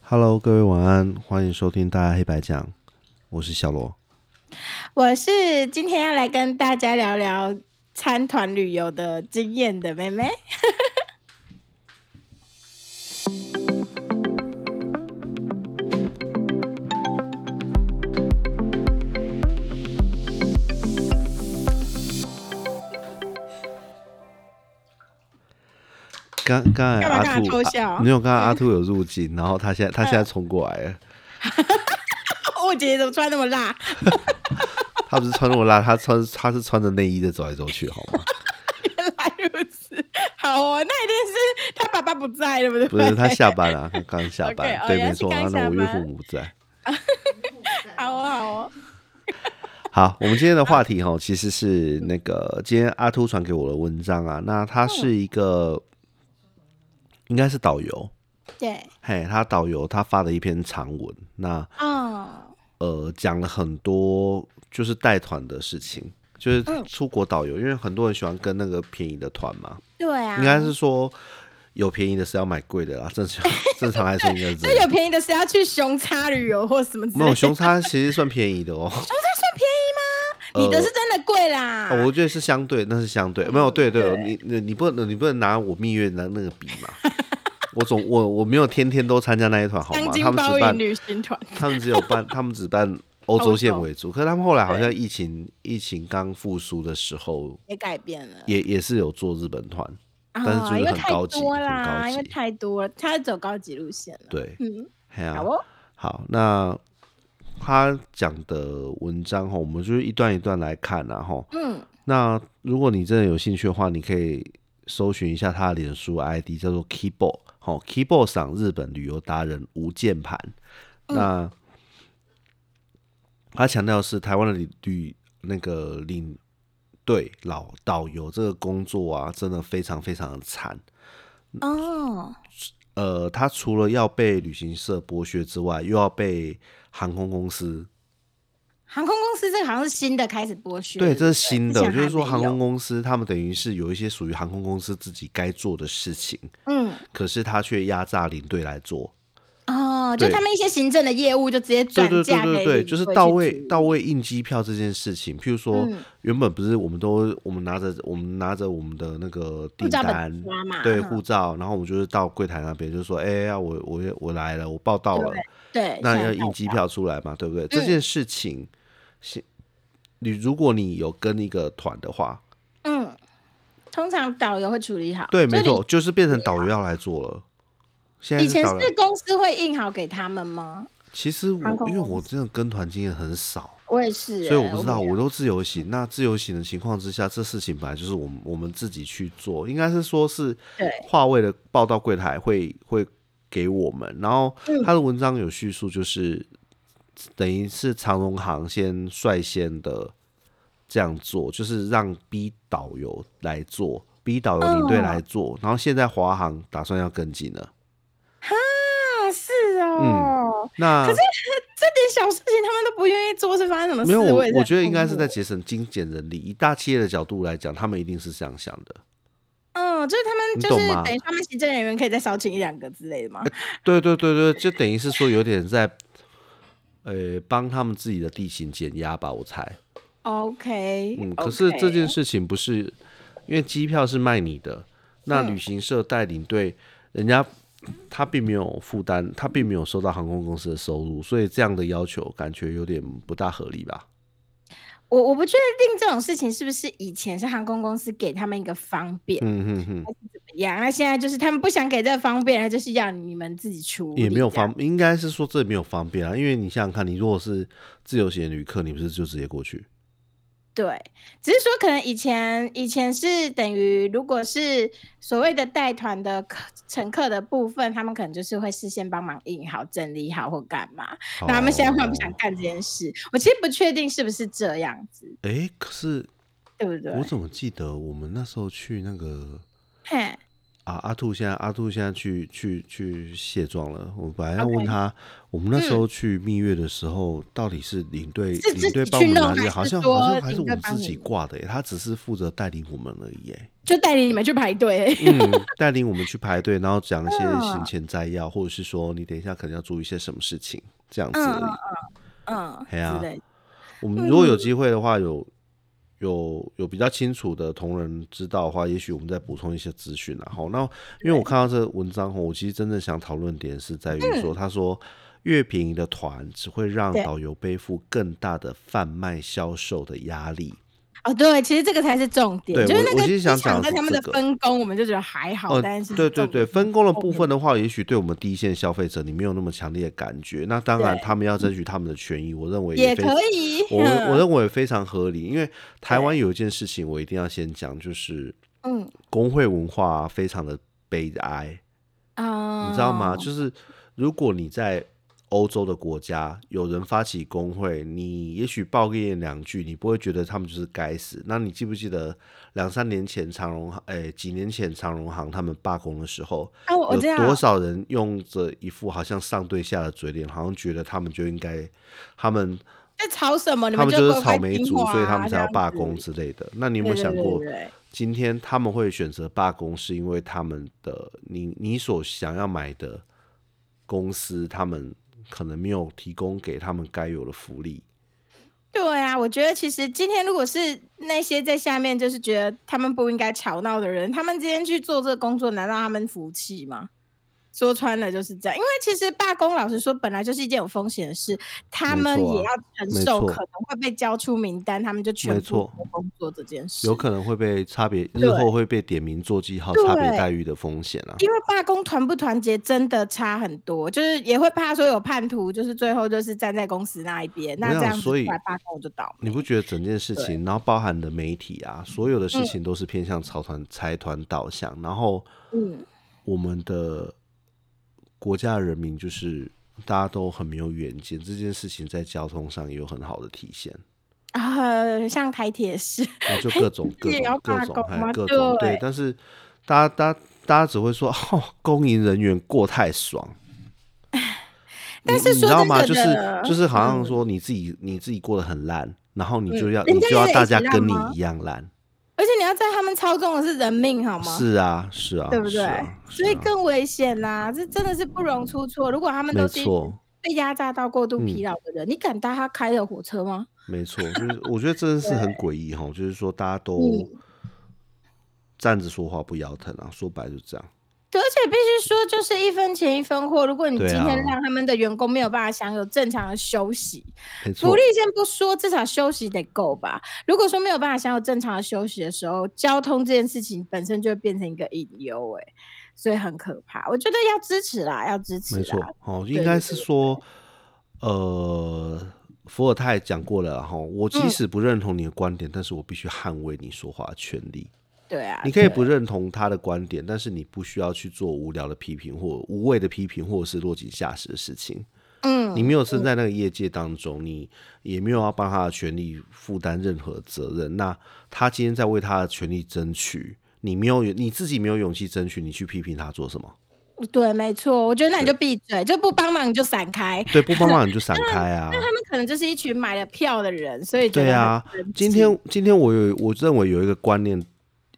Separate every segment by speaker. Speaker 1: Hello，各位晚安，欢迎收听大家黑白讲，我是小罗。
Speaker 2: 我是今天要来跟大家聊聊参团旅游的经验的妹 妹。
Speaker 1: 刚刚才
Speaker 2: 干嘛
Speaker 1: 阿
Speaker 2: 干嘛
Speaker 1: 兔
Speaker 2: 偷笑嗯
Speaker 1: 啊没有，刚刚阿兔有入境，然后他现在他现在冲过来了，
Speaker 2: 我姐姐怎么穿那么辣？
Speaker 1: 他不是穿那么辣，他穿他是穿着内衣的走来走去，好吗？
Speaker 2: 原来如此，好哦，那一定是她爸爸不在，对不对？
Speaker 1: 不是，他下班了、啊 他刚下
Speaker 2: OK，
Speaker 1: 班
Speaker 2: 哦
Speaker 1: 对，
Speaker 2: 原来
Speaker 1: 没
Speaker 2: 是
Speaker 1: 错，
Speaker 2: 刚
Speaker 1: 那
Speaker 2: 下
Speaker 1: 我岳
Speaker 2: 班
Speaker 1: 父母不在。
Speaker 2: 好哦，好哦，
Speaker 1: 好，我们今天的话题哈，其实是那个
Speaker 2: 嗯
Speaker 1: 今天阿秃传给我的文章啊，那他是一个应该是导游，
Speaker 2: 对，
Speaker 1: 嘿，他导游他发的一篇长文，那
Speaker 2: 嗯，
Speaker 1: 呃讲了很多就是带团的事情，就是
Speaker 2: 嗯
Speaker 1: 出国导游，因为很多人喜欢跟那个便宜的团嘛，
Speaker 2: 对啊，
Speaker 1: 应该是说有便宜的是要买贵的啦，正 常正常来说应该是这
Speaker 2: 最
Speaker 1: 样。
Speaker 2: 有便宜的 是要去熊叉旅游或什么之类
Speaker 1: 没有
Speaker 2: 的。
Speaker 1: 熊叉其实算便宜的 哦，
Speaker 2: 熊叉算便宜吗？你的是真的贵啦。
Speaker 1: 呃哦我觉得是相对，那是相对，
Speaker 2: 嗯
Speaker 1: 没有对对，你你你不能你不能拿我蜜月拿那个比嘛。 我总我我没有天天都参加那一团好
Speaker 2: 当
Speaker 1: 吗？
Speaker 2: 金
Speaker 1: 啊他们
Speaker 2: 包
Speaker 1: 只办
Speaker 2: 银旅行团，
Speaker 1: 他们只有办，他们只办欧洲线
Speaker 2: 欧洲
Speaker 1: 为主。可是他们后来好像疫情疫情刚复苏的时候，
Speaker 2: 也改变了。
Speaker 1: 也也是有做日本团，
Speaker 2: 啊，
Speaker 1: 但是就是
Speaker 2: 因为
Speaker 1: 很
Speaker 2: 太
Speaker 1: 高级
Speaker 2: 多
Speaker 1: 很
Speaker 2: 啦，
Speaker 1: 高
Speaker 2: 因为
Speaker 1: 级
Speaker 2: 太多了，他走高级路线了。
Speaker 1: 对，
Speaker 2: 嗯，
Speaker 1: 哎呀、
Speaker 2: 好哦，
Speaker 1: 好，那他讲的文章哈，我们就是一段一段来看然、啊、后，
Speaker 2: 嗯，
Speaker 1: 那如果你真的有兴趣的话，你可以搜寻一下他的脸书 ID 叫做 Keyboard，好、k e y b o a r d 赏日本旅游达人无键盘。
Speaker 2: 嗯
Speaker 1: 那、他强调的是台湾的旅旅那个领队老导游这个工作啊，真的非常非常的惨。
Speaker 2: 哦，
Speaker 1: 呃，他除了要被旅行社剥削之外，又要被航空公司
Speaker 2: 航空公司这个好像是新的开始剥削，
Speaker 1: 对，这是
Speaker 2: 不
Speaker 1: 新
Speaker 2: 之
Speaker 1: 的，
Speaker 2: 前
Speaker 1: 就是
Speaker 2: 还
Speaker 1: 说
Speaker 2: 没
Speaker 1: 航
Speaker 2: 有
Speaker 1: 空公司他们等于是有一些属于航空公司自己该做的事情，
Speaker 2: 嗯，
Speaker 1: 可是他却压榨领队来做。
Speaker 2: 哦，就
Speaker 1: 对
Speaker 2: 他们一些行政的业务就直接
Speaker 1: 对
Speaker 2: 转
Speaker 1: 对对
Speaker 2: 嫁给
Speaker 1: 对对，
Speaker 2: 领
Speaker 1: 就是
Speaker 2: 队
Speaker 1: 到
Speaker 2: 去
Speaker 1: 位
Speaker 2: 处理
Speaker 1: 到位印机票这件事情，譬如说、
Speaker 2: 嗯
Speaker 1: 原本不是我们都我们拿着我们拿着我们的那个订
Speaker 2: 护照本
Speaker 1: 单
Speaker 2: 子。啊嘛，
Speaker 1: 对
Speaker 2: 嗯
Speaker 1: 护照，然后我们就是到柜台那边，就说：“哎、呀，我我我来了，我报到了。”
Speaker 2: 对，
Speaker 1: 那
Speaker 2: 现
Speaker 1: 要
Speaker 2: 在到
Speaker 1: 印机票出来嘛，对不对？
Speaker 2: 嗯
Speaker 1: 这件事情，是你如果你有跟一个团的话，
Speaker 2: 嗯，通常导游会处理好，
Speaker 1: 对，
Speaker 2: 就
Speaker 1: 没
Speaker 2: 你。
Speaker 1: 错，就是变成导游要来做了。现在
Speaker 2: 以前
Speaker 1: 是导游
Speaker 2: 是，公司会印好给他们吗？
Speaker 1: 其实我
Speaker 2: 航空
Speaker 1: 因为
Speaker 2: 公
Speaker 1: 我真的跟团经验很少，
Speaker 2: 我也是欸、
Speaker 1: 所以我不知道，
Speaker 2: 没有
Speaker 1: 我都自由行。那自由行的情况之下，这事情本来就是我们我们自己去做，应该是说是
Speaker 2: 对
Speaker 1: 话位的报到柜台会会给我们，然后他的文章有叙述，就是、等于是长荣航先率先的这样做，就是让 B 导游来做，B 导游领队来做，然后现在华航打算要跟进了。
Speaker 2: 啊，是哦，
Speaker 1: 那
Speaker 2: 这点小事情他们都不愿意做，是发生什么事？
Speaker 1: 没有，我
Speaker 2: 也
Speaker 1: 我
Speaker 2: 很
Speaker 1: 觉得应该
Speaker 2: 困
Speaker 1: 是
Speaker 2: 惑
Speaker 1: 在节省精简人力。以大企业的角度来讲，他们一定是这样想的。
Speaker 2: 嗯，就是他们
Speaker 1: 你
Speaker 2: 就
Speaker 1: 懂
Speaker 2: 是
Speaker 1: 吗
Speaker 2: 等于他们行政人员可以再少请一两个之类的嘛。
Speaker 1: 对对对对，就等于是说有点在，呃，帮他们自己的地形减压吧，我猜。
Speaker 2: OK，
Speaker 1: 呃嗯，
Speaker 2: OK
Speaker 1: 可是这件事情不是，因为机票是卖你的，那
Speaker 2: 嗯
Speaker 1: 旅行社带领队，人家他并没有负担，他并没有收到航空公司的收入，所以这样的要求感觉有点不大合理吧？
Speaker 2: 我我不确定这种事情是不是以前是航空公司给他们一个方便。
Speaker 1: 嗯哼哼，
Speaker 2: 还是怎么样？那现在就是他们不想给这个方便，那就是要你们自己处理。啊
Speaker 1: 也没有，方，应该是说这没有方便啊，因为你想想看，你如果是自由行的旅客，你不是就直接过去？
Speaker 2: 对，只是说可能以前以前是等于，如果是所谓的带团的客乘客的部分，他们可能就是会事先帮忙印好、整理好或干嘛。那他们现在会不想
Speaker 1: 哦？
Speaker 2: 干这件事，我其实不确定是不是这样子，
Speaker 1: 哎、可是
Speaker 2: 对不对？
Speaker 1: 我怎么记得我们那时候去那个
Speaker 2: 嘿，
Speaker 1: 啊，阿兔现在阿兔现在去去去卸妆了。我本来要问他我们那时候去蜜月的时候，到底是领队
Speaker 2: 是嗯自
Speaker 1: 领队
Speaker 2: 己
Speaker 1: 帮
Speaker 2: 去
Speaker 1: 我们
Speaker 2: 弄
Speaker 1: 拿
Speaker 2: 还
Speaker 1: 捏，好
Speaker 2: 是
Speaker 1: 像
Speaker 2: 说
Speaker 1: 好像还是
Speaker 2: 领
Speaker 1: 我
Speaker 2: 队
Speaker 1: 们
Speaker 2: 帮
Speaker 1: 自己
Speaker 2: 你
Speaker 1: 挂的耶，他只是负责带领我们而已耶。
Speaker 2: 就带领你们去排队。
Speaker 1: 嗯， 带领我们去排队，然后讲一些
Speaker 2: 嗯
Speaker 1: 行前摘要，或者是说你等一下可能要注意一些什么事情，这样子
Speaker 2: 嗯
Speaker 1: 而已。
Speaker 2: 嗯，
Speaker 1: 嘿啊
Speaker 2: 之类的
Speaker 1: 我
Speaker 2: 嗯
Speaker 1: 们如果有机会的话，有有有比较清楚的同仁知道的话，也许我们再补充一些资讯然后，那因为我看到这个文章后，我其实真正想讨论点是在于说，他说越便宜的团只会让
Speaker 2: 嗯对
Speaker 1: 导游背负更大的贩卖销售的压力。
Speaker 2: 哦，对，其实这个才是重点，
Speaker 1: 对
Speaker 2: 就
Speaker 1: 我
Speaker 2: 是那个
Speaker 1: 我其实想
Speaker 2: 机
Speaker 1: 讲
Speaker 2: 场
Speaker 1: 的
Speaker 2: 跟
Speaker 1: 是
Speaker 2: 他们
Speaker 1: 这
Speaker 2: 的
Speaker 1: 个
Speaker 2: 分工，我们就觉得还好，
Speaker 1: 哦，
Speaker 2: 但是
Speaker 1: 对对
Speaker 2: 重
Speaker 1: 对，
Speaker 2: 点
Speaker 1: 分工的部
Speaker 2: 后面
Speaker 1: 分的话，也许对我们第一线消费者你没有那么强烈的感觉。那当然，
Speaker 2: 对
Speaker 1: 他们要争取他们的权益，我认为
Speaker 2: 也
Speaker 1: 非
Speaker 2: 可以。
Speaker 1: 我我
Speaker 2: 嗯
Speaker 1: 认为非常合理，因为台湾有一件事情我一定要先讲，就是
Speaker 2: 嗯
Speaker 1: 工会文化非常的悲哀，
Speaker 2: 啊，
Speaker 1: 你知道吗？就是如果你在欧洲的国家有人发起工会，你也许抱怨两句，你不会觉得他们就是该死。那你记不记得两三年前长荣航，诶、几年前长荣航他们罢工的时候，
Speaker 2: 啊，我我
Speaker 1: 有
Speaker 2: 知道
Speaker 1: 多少人用着一副好像上对下的嘴脸，好像觉得他们就应该，他们
Speaker 2: 在吵什啊么？你
Speaker 1: 他们
Speaker 2: 就
Speaker 1: 就是
Speaker 2: 乖乖
Speaker 1: 草莓
Speaker 2: 听
Speaker 1: 族，
Speaker 2: 话
Speaker 1: 所以
Speaker 2: 啊
Speaker 1: 他们才要
Speaker 2: 这样
Speaker 1: 罢
Speaker 2: 子
Speaker 1: 工之类的。那你有没
Speaker 2: 对
Speaker 1: 有
Speaker 2: 对
Speaker 1: 想
Speaker 2: 对
Speaker 1: 过
Speaker 2: 对，对
Speaker 1: 今天他们会选择罢工，是因为他们的你你所想要买的公司，他们可能没有提供给他们该有的福利。
Speaker 2: 对啊，我觉得其实今天如果是那些在下面就是觉得他们不应该吵闹的人，他们今天去做这个工作，难道他们服气吗？说穿了就是这样，因为其实罢工，老实说，本来就是一件有风险的事，他
Speaker 1: 没
Speaker 2: 们
Speaker 1: 错啊
Speaker 2: 也要承
Speaker 1: 没
Speaker 2: 受
Speaker 1: 错
Speaker 2: 可能会被交出名单，他们就全
Speaker 1: 没
Speaker 2: 部
Speaker 1: 错
Speaker 2: 不工作这件事。
Speaker 1: 有可能会被差别，日
Speaker 2: 对
Speaker 1: 后会被点名做记号，差别
Speaker 2: 对
Speaker 1: 待遇的风险啊。
Speaker 2: 因为罢工团不团结真的差很多，就是也会怕说有叛徒，就是最后就是站在公司那一边，那
Speaker 1: 没有
Speaker 2: 这样子
Speaker 1: 所以
Speaker 2: 出来罢工我就倒霉。
Speaker 1: 你不觉得整件事情，然后包含的媒体啊，所有的事情都是偏向财团财团导向，然后
Speaker 2: 嗯，
Speaker 1: 我们的国家的人民就是大家都很没有远见，这件事情在交通上也有很好的体现，
Speaker 2: 啊，像台铁是，
Speaker 1: 然后就各种各
Speaker 2: 哎也要
Speaker 1: 种各
Speaker 2: 罢
Speaker 1: 种
Speaker 2: 工
Speaker 1: 还
Speaker 2: 吗
Speaker 1: 有各种
Speaker 2: 对
Speaker 1: 对，但是大家大家大家只会说 哦，公营人员过太 爽。
Speaker 2: 但
Speaker 1: 你
Speaker 2: 是
Speaker 1: 你
Speaker 2: 说
Speaker 1: 知道
Speaker 2: 真
Speaker 1: 吗？
Speaker 2: 的嗯
Speaker 1: 就是
Speaker 2: 的
Speaker 1: 就是，好像说你自己你自己过得很烂，然后你就
Speaker 2: 嗯
Speaker 1: 要
Speaker 2: 人
Speaker 1: 你
Speaker 2: 家
Speaker 1: 就要
Speaker 2: 也得
Speaker 1: 大
Speaker 2: 一起
Speaker 1: 家
Speaker 2: 烂
Speaker 1: 跟你
Speaker 2: 吗
Speaker 1: 一样烂，
Speaker 2: 而且你要在他们操纵的是人命，好吗？
Speaker 1: 是啊是啊，
Speaker 2: 对不
Speaker 1: 是
Speaker 2: 对
Speaker 1: 啊
Speaker 2: 所
Speaker 1: 是
Speaker 2: 以
Speaker 1: 啊
Speaker 2: 更危险呐、这真的是不容出错。如果他们
Speaker 1: 没
Speaker 2: 都是一群
Speaker 1: 错。
Speaker 2: 被压榨到过度疲
Speaker 1: 嗯
Speaker 2: 劳的人，你敢搭他开的火车吗？
Speaker 1: 没错，就是我觉得真的是很诡异哈，就是说大家都
Speaker 2: 嗯
Speaker 1: 站着说话不腰疼啊，说白就这样。
Speaker 2: 对，而且必须说，就是一分钱一分货。如果你今
Speaker 1: 对啊
Speaker 2: 天让他们的员工没有办法享有正常的休息，
Speaker 1: 没
Speaker 2: 福
Speaker 1: 错
Speaker 2: 利，先不说，至少休息得够吧。如果说没有办法享有正常的休息的时候，交通这件事情本身就会变成一个隐忧，哎，所以很可怕。我觉得要支持啦，要支持
Speaker 1: 没错
Speaker 2: 啦。
Speaker 1: 哦，
Speaker 2: 对
Speaker 1: 应该是说，呃，伏尔泰讲过了哈，我即
Speaker 2: 嗯
Speaker 1: 使不认同你的观点，但是我必须捍卫你说话的权利。
Speaker 2: 对啊，
Speaker 1: 你可以
Speaker 2: 对
Speaker 1: 不认同他的观点，但是你不需要去做无聊的批评或无谓的批评，或者是落井下石的事情。
Speaker 2: 嗯，
Speaker 1: 你没有身在那个业界当中，你也没有要帮他的权利负担任何责任。那他今天在为他的权利争取，你没有你自己没有勇气争取，你去批评他做什么？
Speaker 2: 对，没错，我觉得那你就
Speaker 1: 对
Speaker 2: 闭嘴，就不帮忙你就闪开。
Speaker 1: 对，不帮忙你就闪开 啊！
Speaker 2: 他们可能就是一群买了票的人，所以觉
Speaker 1: 对
Speaker 2: 得
Speaker 1: 啊
Speaker 2: 很生
Speaker 1: 今
Speaker 2: 气
Speaker 1: 天今天我有我认为有一个观念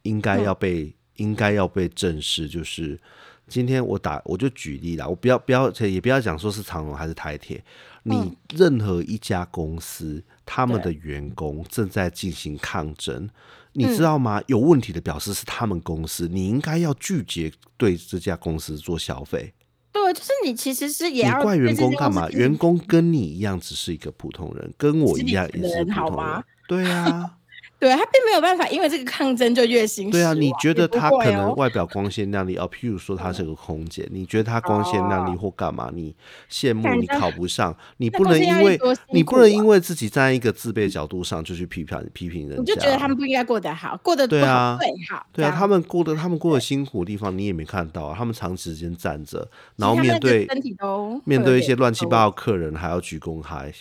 Speaker 1: 应该要被、
Speaker 2: 嗯
Speaker 1: 应该要被正视，就是今天我打我就举例啦，我不要不要也不要讲说是长隆还是台铁，
Speaker 2: 嗯
Speaker 1: 你任何一家公司他们的员工正在进行抗争，你知道吗？有问题的表示是他们公司，你应该要拒绝对这家公司做消费。
Speaker 2: 对，就是你其实是也
Speaker 1: 你
Speaker 2: 要
Speaker 1: 怪
Speaker 2: 对
Speaker 1: 员
Speaker 2: 这
Speaker 1: 工
Speaker 2: 件
Speaker 1: 干
Speaker 2: 事
Speaker 1: 嘛？
Speaker 2: 情
Speaker 1: 员工跟你一样，只是一个普通人，跟我一样也
Speaker 2: 是
Speaker 1: 是
Speaker 2: 你
Speaker 1: 普
Speaker 2: 好
Speaker 1: 通
Speaker 2: 吗
Speaker 1: 人。对啊，
Speaker 2: 对他并没有办法，因为这个抗争就月薪
Speaker 1: 对啊，
Speaker 2: 10
Speaker 1: 你
Speaker 2: 万
Speaker 1: 觉得
Speaker 2: 也不
Speaker 1: 他
Speaker 2: 会
Speaker 1: 可能
Speaker 2: 哦嗯
Speaker 1: 外表光鲜亮丽啊？譬如说他是个空姐，你觉得他光鲜亮丽或干嘛？你羡慕
Speaker 2: 但
Speaker 1: 你
Speaker 2: 那
Speaker 1: 考不上，你
Speaker 2: 哦那
Speaker 1: 不
Speaker 2: 空
Speaker 1: 能
Speaker 2: 姐
Speaker 1: 因
Speaker 2: 压力
Speaker 1: 为
Speaker 2: 多辛
Speaker 1: 你
Speaker 2: 苦
Speaker 1: 不能
Speaker 2: 啊
Speaker 1: 因为自己站在一个自卑的角度上就去批判批评人
Speaker 2: 我
Speaker 1: 家。
Speaker 2: 就觉得他们不应该过得好，过得不
Speaker 1: 对
Speaker 2: 好
Speaker 1: 啊
Speaker 2: 最好。
Speaker 1: 对啊，他
Speaker 2: 们
Speaker 1: 们过得他们过得辛苦的地方你也没看到啊，他们长时间站着，然后
Speaker 2: 他们
Speaker 1: 面
Speaker 2: 的
Speaker 1: 对
Speaker 2: 身体都
Speaker 1: 面
Speaker 2: 会有
Speaker 1: 对一些
Speaker 2: 点
Speaker 1: 乱七
Speaker 2: 错
Speaker 1: 八糟的客人还要鞠躬还他有。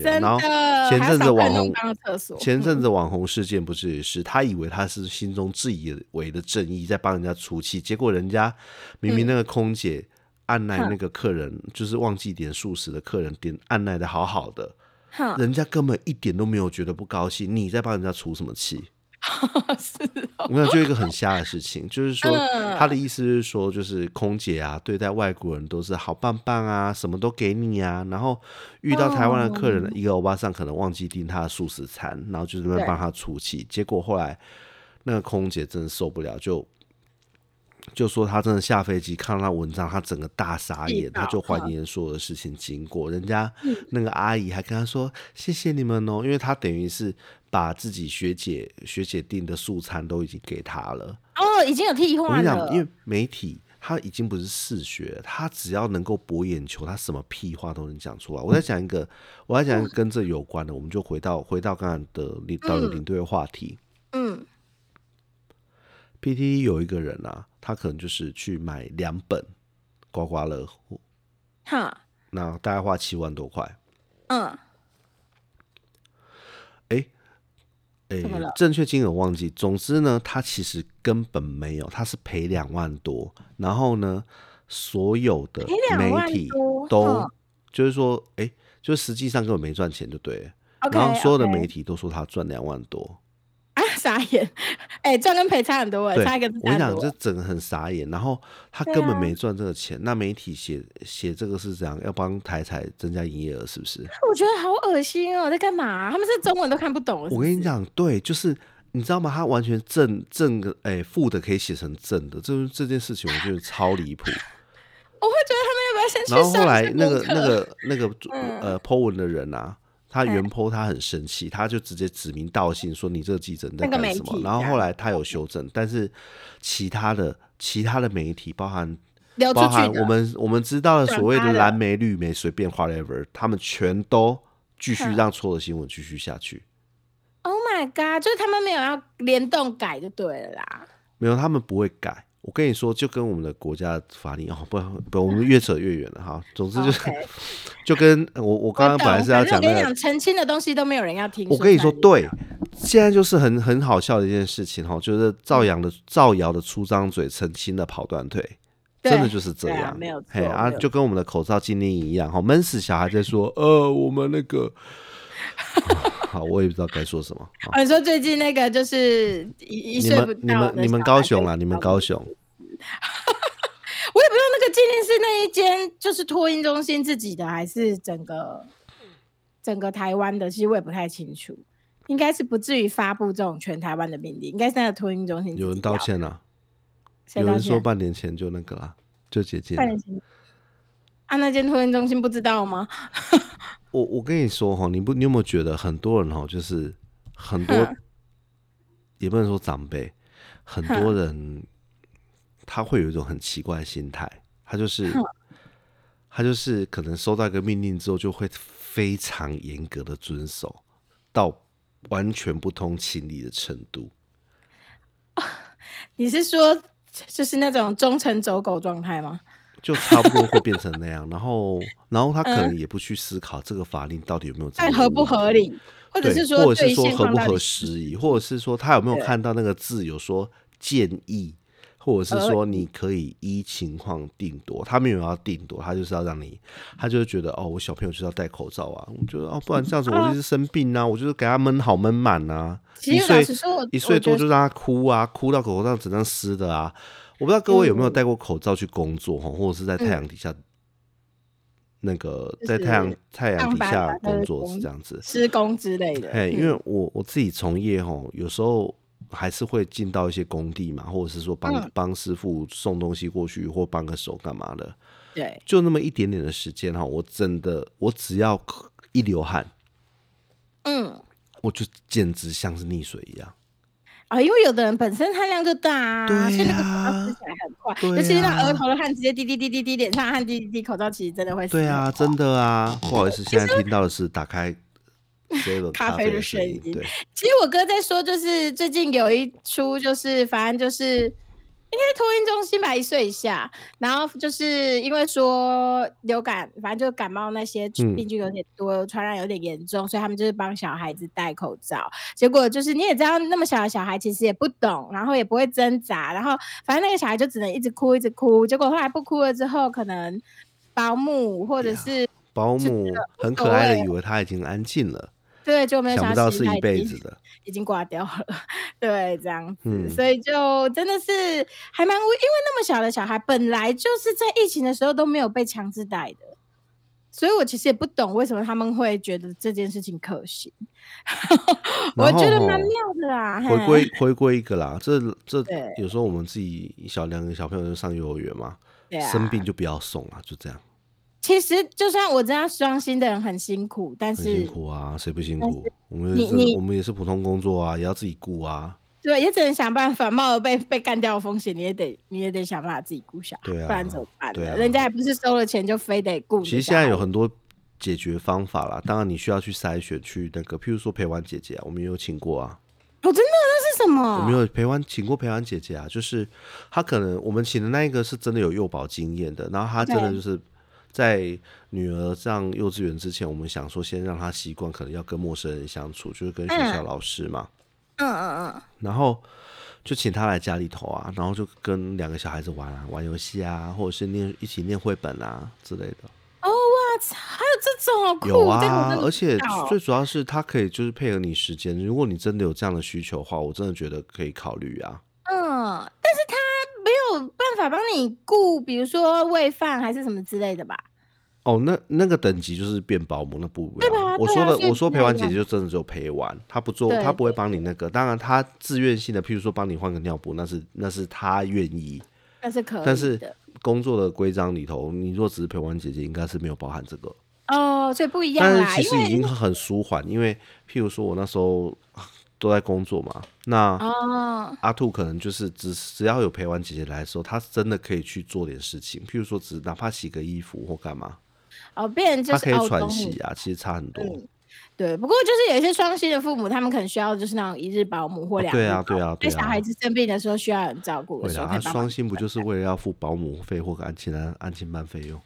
Speaker 2: 真
Speaker 1: 然后
Speaker 2: 的，
Speaker 1: 前阵子网
Speaker 2: 红
Speaker 1: 红
Speaker 2: 当厕所，
Speaker 1: 前阵子网红事件不是也是，他以为他是心中自以为的正义在帮人家出气，结果人家明
Speaker 2: 嗯
Speaker 1: 明那个空姐按耐那个客人，就是忘记点素食的客人点按耐的好好的，
Speaker 2: 哼，
Speaker 1: 人家根本一点都没有觉得不高兴，你在帮人家出什么气？
Speaker 2: 是哦，
Speaker 1: 没有，就一个很瞎的事情，就是说
Speaker 2: 嗯
Speaker 1: 他的意思是说，就是空姐啊，对待外国人都是好棒棒啊，什么都给你啊。然后遇到台湾的客人，一个欧巴桑可能忘记订他的素食餐，然后就在那边
Speaker 2: 哦对
Speaker 1: 帮他出气。结果后来那个空姐真的受不了，就就说她真的下飞机看到那文章，她整个大傻
Speaker 2: 气
Speaker 1: 眼，她
Speaker 2: 到嗯
Speaker 1: 就还原所有的事情经过。人家那个阿姨还跟她说：“谢谢你们哦，因为她等于是把自己学姐学姐订的素餐都已经给她了。”
Speaker 2: 哦，已经有替
Speaker 1: 我跟
Speaker 2: 换
Speaker 1: 你讲
Speaker 2: 了，，
Speaker 1: 因为媒体他已经不是嗜血了，他只要能够博眼球，他什么屁话都能讲出来。我再讲一个，我再讲一个跟这有关的，我们就回到回到刚才的领导游领队的话题。
Speaker 2: 嗯
Speaker 1: PTT 有一个人啊，他可能就是去买两本刮刮乐，
Speaker 2: 哈
Speaker 1: 那大概花七万多块。
Speaker 2: 嗯，
Speaker 1: 诶
Speaker 2: 怎么了，
Speaker 1: 正确金额忘记。总之呢，他其实根本没有，他是赔两万多。然后呢，所有的
Speaker 2: 赔2
Speaker 1: 媒
Speaker 2: 万
Speaker 1: 体
Speaker 2: 多
Speaker 1: 都
Speaker 2: 嗯
Speaker 1: 就是说，诶，就实际上根本没赚钱，就对了。
Speaker 2: OK，
Speaker 1: 然后所有的
Speaker 2: OK
Speaker 1: 媒体都说他赚两万多，
Speaker 2: 啊傻眼，哎，赚跟赔差很多，
Speaker 1: 对
Speaker 2: 差一个字，
Speaker 1: 我跟你
Speaker 2: 差很
Speaker 1: 讲
Speaker 2: 多
Speaker 1: 这整个很傻眼。然后他
Speaker 2: 对
Speaker 1: 根本
Speaker 2: 啊
Speaker 1: 没赚这个钱，那媒体写写这个是怎样？要帮台彩增加营业额，是不是？
Speaker 2: 我觉得好恶心哦，在干嘛啊、他们是中文都看不懂，是
Speaker 1: 我
Speaker 2: 不
Speaker 1: 跟你
Speaker 2: 是，
Speaker 1: 讲，对，就是你知道吗？他完全正正的，哎、负的可以写成正的，这这件事情我觉得超离 谱。
Speaker 2: 我会觉得他们要不要先去
Speaker 1: 然后
Speaker 2: 上
Speaker 1: 后来
Speaker 2: 一下
Speaker 1: 那个那
Speaker 2: 功课
Speaker 1: 个那个
Speaker 2: 嗯
Speaker 1: 呃 po 文的人啊，他
Speaker 2: 哎
Speaker 1: 原 po 他很生气，他就直接指名道姓说你这个记者你在
Speaker 2: 那个
Speaker 1: 干
Speaker 2: 媒
Speaker 1: 什么。
Speaker 2: 体
Speaker 1: 然后
Speaker 2: 这
Speaker 1: 后
Speaker 2: 样哦
Speaker 1: 来他有修正，但是其他的其他的媒体，包含
Speaker 2: 流出
Speaker 1: 包含
Speaker 2: 去
Speaker 1: 我
Speaker 2: 哦的，
Speaker 1: 们我们知道的
Speaker 2: 转
Speaker 1: 所谓
Speaker 2: 发
Speaker 1: 的
Speaker 2: 的
Speaker 1: 蓝莓、绿莓、随便 whatever，他们全都继续让错的新闻继续下去。
Speaker 2: Oh my god！就是他们没有要联动改就对了啦。
Speaker 1: 没有，他们不会改。我跟你说，就跟我们的国家的法令哦，不不，我们越扯越远了哈。总之就是
Speaker 2: 哦 OK
Speaker 1: 就跟我我刚刚本来是要
Speaker 2: 我懂
Speaker 1: 讲
Speaker 2: 反正
Speaker 1: 那
Speaker 2: 我跟你
Speaker 1: 个
Speaker 2: 讲，澄清的东西都没有人要听。
Speaker 1: 我跟你
Speaker 2: 说
Speaker 1: 说，
Speaker 2: 白了，
Speaker 1: 对，现在就是很很好笑的一件事情哈，就是造谣
Speaker 2: 嗯
Speaker 1: 的造谣的出张嘴，澄清的跑断腿，
Speaker 2: 对
Speaker 1: 真的就是这
Speaker 2: 对啊
Speaker 1: 样，
Speaker 2: 没有
Speaker 1: 嘿
Speaker 2: 错
Speaker 1: 啊，
Speaker 2: 没有
Speaker 1: 就跟我们的口罩禁令一样哈，闷死小孩在 说，呃，我们那个，好，我也不知道该说什么。好
Speaker 2: 啊，你说最近那个就是一一
Speaker 1: 你
Speaker 2: 岁不
Speaker 1: 们你
Speaker 2: 到
Speaker 1: 们
Speaker 2: 的
Speaker 1: 你们
Speaker 2: 小
Speaker 1: 高
Speaker 2: 孩
Speaker 1: 雄
Speaker 2: 跟
Speaker 1: 啦，你们
Speaker 2: 小
Speaker 1: 高雄，
Speaker 2: 我也不知道那个鉴定是那一间就是托婴中心自己的，还是整个整个台湾的，其实我也不太清楚。应该是不至于发布这种全台湾的命令，应该是那个托婴中心自己
Speaker 1: 有人
Speaker 2: 要
Speaker 1: 道，歉了、啊。
Speaker 2: 谁
Speaker 1: 有
Speaker 2: 道
Speaker 1: 人说
Speaker 2: 歉？
Speaker 1: 半年前就那个啦，就解禁
Speaker 2: 半
Speaker 1: 了
Speaker 2: 年。前啊，那间托婴中心不知道吗？
Speaker 1: 我我跟你说哈，你不你有没有觉得很多人哈，就是很多
Speaker 2: 哼，
Speaker 1: 也不能说长辈，很多人他会有一种很奇怪的心态，他就是他就是可能收到一个命令之后，就会非常严格的遵守，到完全不通情理的程度。
Speaker 2: 你是说就是那种忠诚走狗状态吗？
Speaker 1: 就差不多会变成那样，然后，然后他可能也不去思考这个法令到底有没有这
Speaker 2: 嗯但
Speaker 1: 么
Speaker 2: 合不合理，或者
Speaker 1: 对，
Speaker 2: 是说
Speaker 1: 或者
Speaker 2: 对
Speaker 1: 是说
Speaker 2: 现
Speaker 1: 合
Speaker 2: 况
Speaker 1: 不
Speaker 2: 到底
Speaker 1: 合时宜，或者是说他有没有
Speaker 2: 对
Speaker 1: 看到那个字有说建议，或者是
Speaker 2: 而
Speaker 1: 说你可以依情况定夺，他没有要定夺，他就是要让你，他就是觉得哦，我小朋友就是要戴口罩啊，我觉得哦，不然这样子我就是生病啊，我就是给他闷好闷满啊，
Speaker 2: 其
Speaker 1: 一
Speaker 2: 实老
Speaker 1: 岁
Speaker 2: 实说，呃我
Speaker 1: 一岁
Speaker 2: 我觉
Speaker 1: 多
Speaker 2: 得
Speaker 1: 就让他哭啊，哭到口罩整张湿的啊，我不知道各位有没有
Speaker 2: 嗯
Speaker 1: 戴过口罩去工作吼或者是在太阳底下。那个
Speaker 2: 就
Speaker 1: 在太阳
Speaker 2: 是
Speaker 1: 太阳
Speaker 2: 上
Speaker 1: 底
Speaker 2: 班
Speaker 1: 下
Speaker 2: 啊在
Speaker 1: 工作是
Speaker 2: 工
Speaker 1: 这样子，
Speaker 2: 施工之类的。
Speaker 1: 哎，因
Speaker 2: 嗯
Speaker 1: 为我我自己从业吼，有时候还是会进到一些工地嘛，或者是说帮、
Speaker 2: 嗯
Speaker 1: 帮师傅送东西过去，或帮个手干嘛的，
Speaker 2: 对，
Speaker 1: 就那么一点点的时间哈，我真的我只要一流汗，
Speaker 2: 嗯
Speaker 1: 我就简直像是溺水一样。
Speaker 2: 啊，因为有的人本身汗量就大啊，
Speaker 1: 对
Speaker 2: 所以那个口罩
Speaker 1: 啊
Speaker 2: 吃起来很快，
Speaker 1: 对
Speaker 2: 尤其是
Speaker 1: 啊
Speaker 2: 那额头的汗直接滴滴滴滴滴，脸上的汗滴滴滴，口罩其实真的会
Speaker 1: 对
Speaker 2: 湿
Speaker 1: 啊，
Speaker 2: 很
Speaker 1: 真的啊，不好意思，现在听到的是打开 seven
Speaker 2: 咖
Speaker 1: 咖
Speaker 2: 啡
Speaker 1: 啡
Speaker 2: 的
Speaker 1: 的声
Speaker 2: 声
Speaker 1: 音，
Speaker 2: 音
Speaker 1: 对，
Speaker 2: 其实我哥在说，就是最近有一出，就是反正就是应该是托婴中心吧，一岁以下。然后就是因为说流感，反正就感冒那些
Speaker 1: 嗯
Speaker 2: 病菌有点多，传染有点严重，所以他们就是帮小孩子戴口罩。结果就是你也知道，那么小的小孩其实也不懂，然后也不会挣扎，然后反正那个小孩就只能一直哭，一直哭。结果后来不哭了之后，可能保姆或
Speaker 1: 啊
Speaker 2: 者是
Speaker 1: 保
Speaker 2: 是
Speaker 1: 姆
Speaker 2: 的
Speaker 1: 很
Speaker 2: 无
Speaker 1: 可
Speaker 2: 所
Speaker 1: 爱的
Speaker 2: 谓
Speaker 1: 以为他已经安静了，
Speaker 2: 对，就没有
Speaker 1: 想
Speaker 2: 想
Speaker 1: 不到
Speaker 2: 其
Speaker 1: 是
Speaker 2: 实他
Speaker 1: 一
Speaker 2: 已
Speaker 1: 辈
Speaker 2: 经
Speaker 1: 子的。
Speaker 2: 已经挂掉了， 对，这样子，
Speaker 1: 嗯
Speaker 2: 所以就真的是还蛮无，因为那么小的小孩本来就是在疫情的时候都没有被强制带的，所以我其实也不懂为什么他们会觉得这件事情可行，我
Speaker 1: 然后
Speaker 2: 觉得蛮
Speaker 1: 吼
Speaker 2: 妙的啦，
Speaker 1: 哦回
Speaker 2: 嘿
Speaker 1: 归回归一个啦，这这
Speaker 2: 啊对
Speaker 1: 有时候我们自己小两个小朋友就上幼儿园嘛，
Speaker 2: 对啊
Speaker 1: 生病就不要送啊，就这样，
Speaker 2: 其实就算我知道双薪的人很辛苦，但
Speaker 1: 很辛
Speaker 2: 是
Speaker 1: 苦啊，谁不辛
Speaker 2: 但
Speaker 1: 苦？我们
Speaker 2: 你
Speaker 1: 也是
Speaker 2: 你
Speaker 1: 我们也是普通工作啊，也要自己顾啊，
Speaker 2: 对，也只能想办法，冒了被被干掉的风险，你也得你也得想办法自己顾小孩，
Speaker 1: 对啊
Speaker 2: 不然怎么办
Speaker 1: 对
Speaker 2: 呢？
Speaker 1: 啊
Speaker 2: 人家也不是收了钱就非得顾你的小
Speaker 1: 其
Speaker 2: 孩。
Speaker 1: 实现在有很多解决方法啦，当然你需要去筛选，去那个，譬如说陪玩姐姐啊，我们也有请过啊，
Speaker 2: 哦，真的那是什
Speaker 1: 我
Speaker 2: 么？
Speaker 1: 们有陪玩请过陪玩姐姐啊，就是她可能我们请的那一个是真的有幼保经验的，然后她真的
Speaker 2: 对
Speaker 1: 就是在女儿上幼稚园之前，我们想说先让她习惯，可能要跟陌生人相处，就是跟学校
Speaker 2: 嗯
Speaker 1: 老师嘛，
Speaker 2: 嗯嗯嗯，
Speaker 1: 然后就请她来家里头啊，然后就跟两个小孩子玩啊，玩游戏啊，或者是念一起念绘本啊之类的。
Speaker 2: 哦哇操，还有这种哦好酷！
Speaker 1: 有
Speaker 2: 这个我
Speaker 1: 啊
Speaker 2: 真，的
Speaker 1: 而且
Speaker 2: 不知道
Speaker 1: 最主要是它可以就是配合你时间，如果你真的有这样的需求的话，我真的觉得可以考虑啊。
Speaker 2: 嗯，但是他没有办法帮你顾，比如说喂饭还是什么之类的吧？
Speaker 1: 哦，那那个等级就是变保姆，那不一样
Speaker 2: 对吧
Speaker 1: 我
Speaker 2: 对
Speaker 1: 说
Speaker 2: 啊
Speaker 1: 的，
Speaker 2: 所以
Speaker 1: 我说
Speaker 2: 不
Speaker 1: 陪玩
Speaker 2: 一
Speaker 1: 姐
Speaker 2: 样
Speaker 1: 姐就真的只有陪玩，她不做，
Speaker 2: 对
Speaker 1: 她不会帮你那个。当然，她自愿性的，譬如说帮你换个尿布，那是那是她愿意。
Speaker 2: 那是可以的。
Speaker 1: 但是工作的规章里头，你若只是陪玩姐姐，应该是没有包含这个。
Speaker 2: 哦，所以不一样
Speaker 1: 但
Speaker 2: 啦，
Speaker 1: 是其
Speaker 2: 因
Speaker 1: 实已
Speaker 2: 为
Speaker 1: 经很舒缓，因为譬如说我那时候啊都在工作嘛，那
Speaker 2: 哦，
Speaker 1: 阿兔可能就是只只要有陪玩姐姐来的时候，她真的可以去做点事情，譬如说只哪怕洗个衣服或干嘛，
Speaker 2: 哦，变成就
Speaker 1: 她
Speaker 2: 是
Speaker 1: 可以
Speaker 2: 哦
Speaker 1: 喘
Speaker 2: 懂
Speaker 1: 息
Speaker 2: 你
Speaker 1: 啊，其实差很多。
Speaker 2: 嗯对，不过就是有一些双薪的父母，他们可能需要就是那种一日保姆或
Speaker 1: 哦
Speaker 2: 两
Speaker 1: 对
Speaker 2: 日
Speaker 1: 啊
Speaker 2: 保
Speaker 1: 对啊
Speaker 2: 姆
Speaker 1: 对
Speaker 2: 在
Speaker 1: 啊
Speaker 2: 小孩子生病的时候需要人照顾的
Speaker 1: 对
Speaker 2: 时
Speaker 1: 啦，
Speaker 2: 候，
Speaker 1: 他
Speaker 2: 才帮
Speaker 1: 双
Speaker 2: 忙。
Speaker 1: 薪不就是为了要付保姆费或个安亲班安亲班费 用？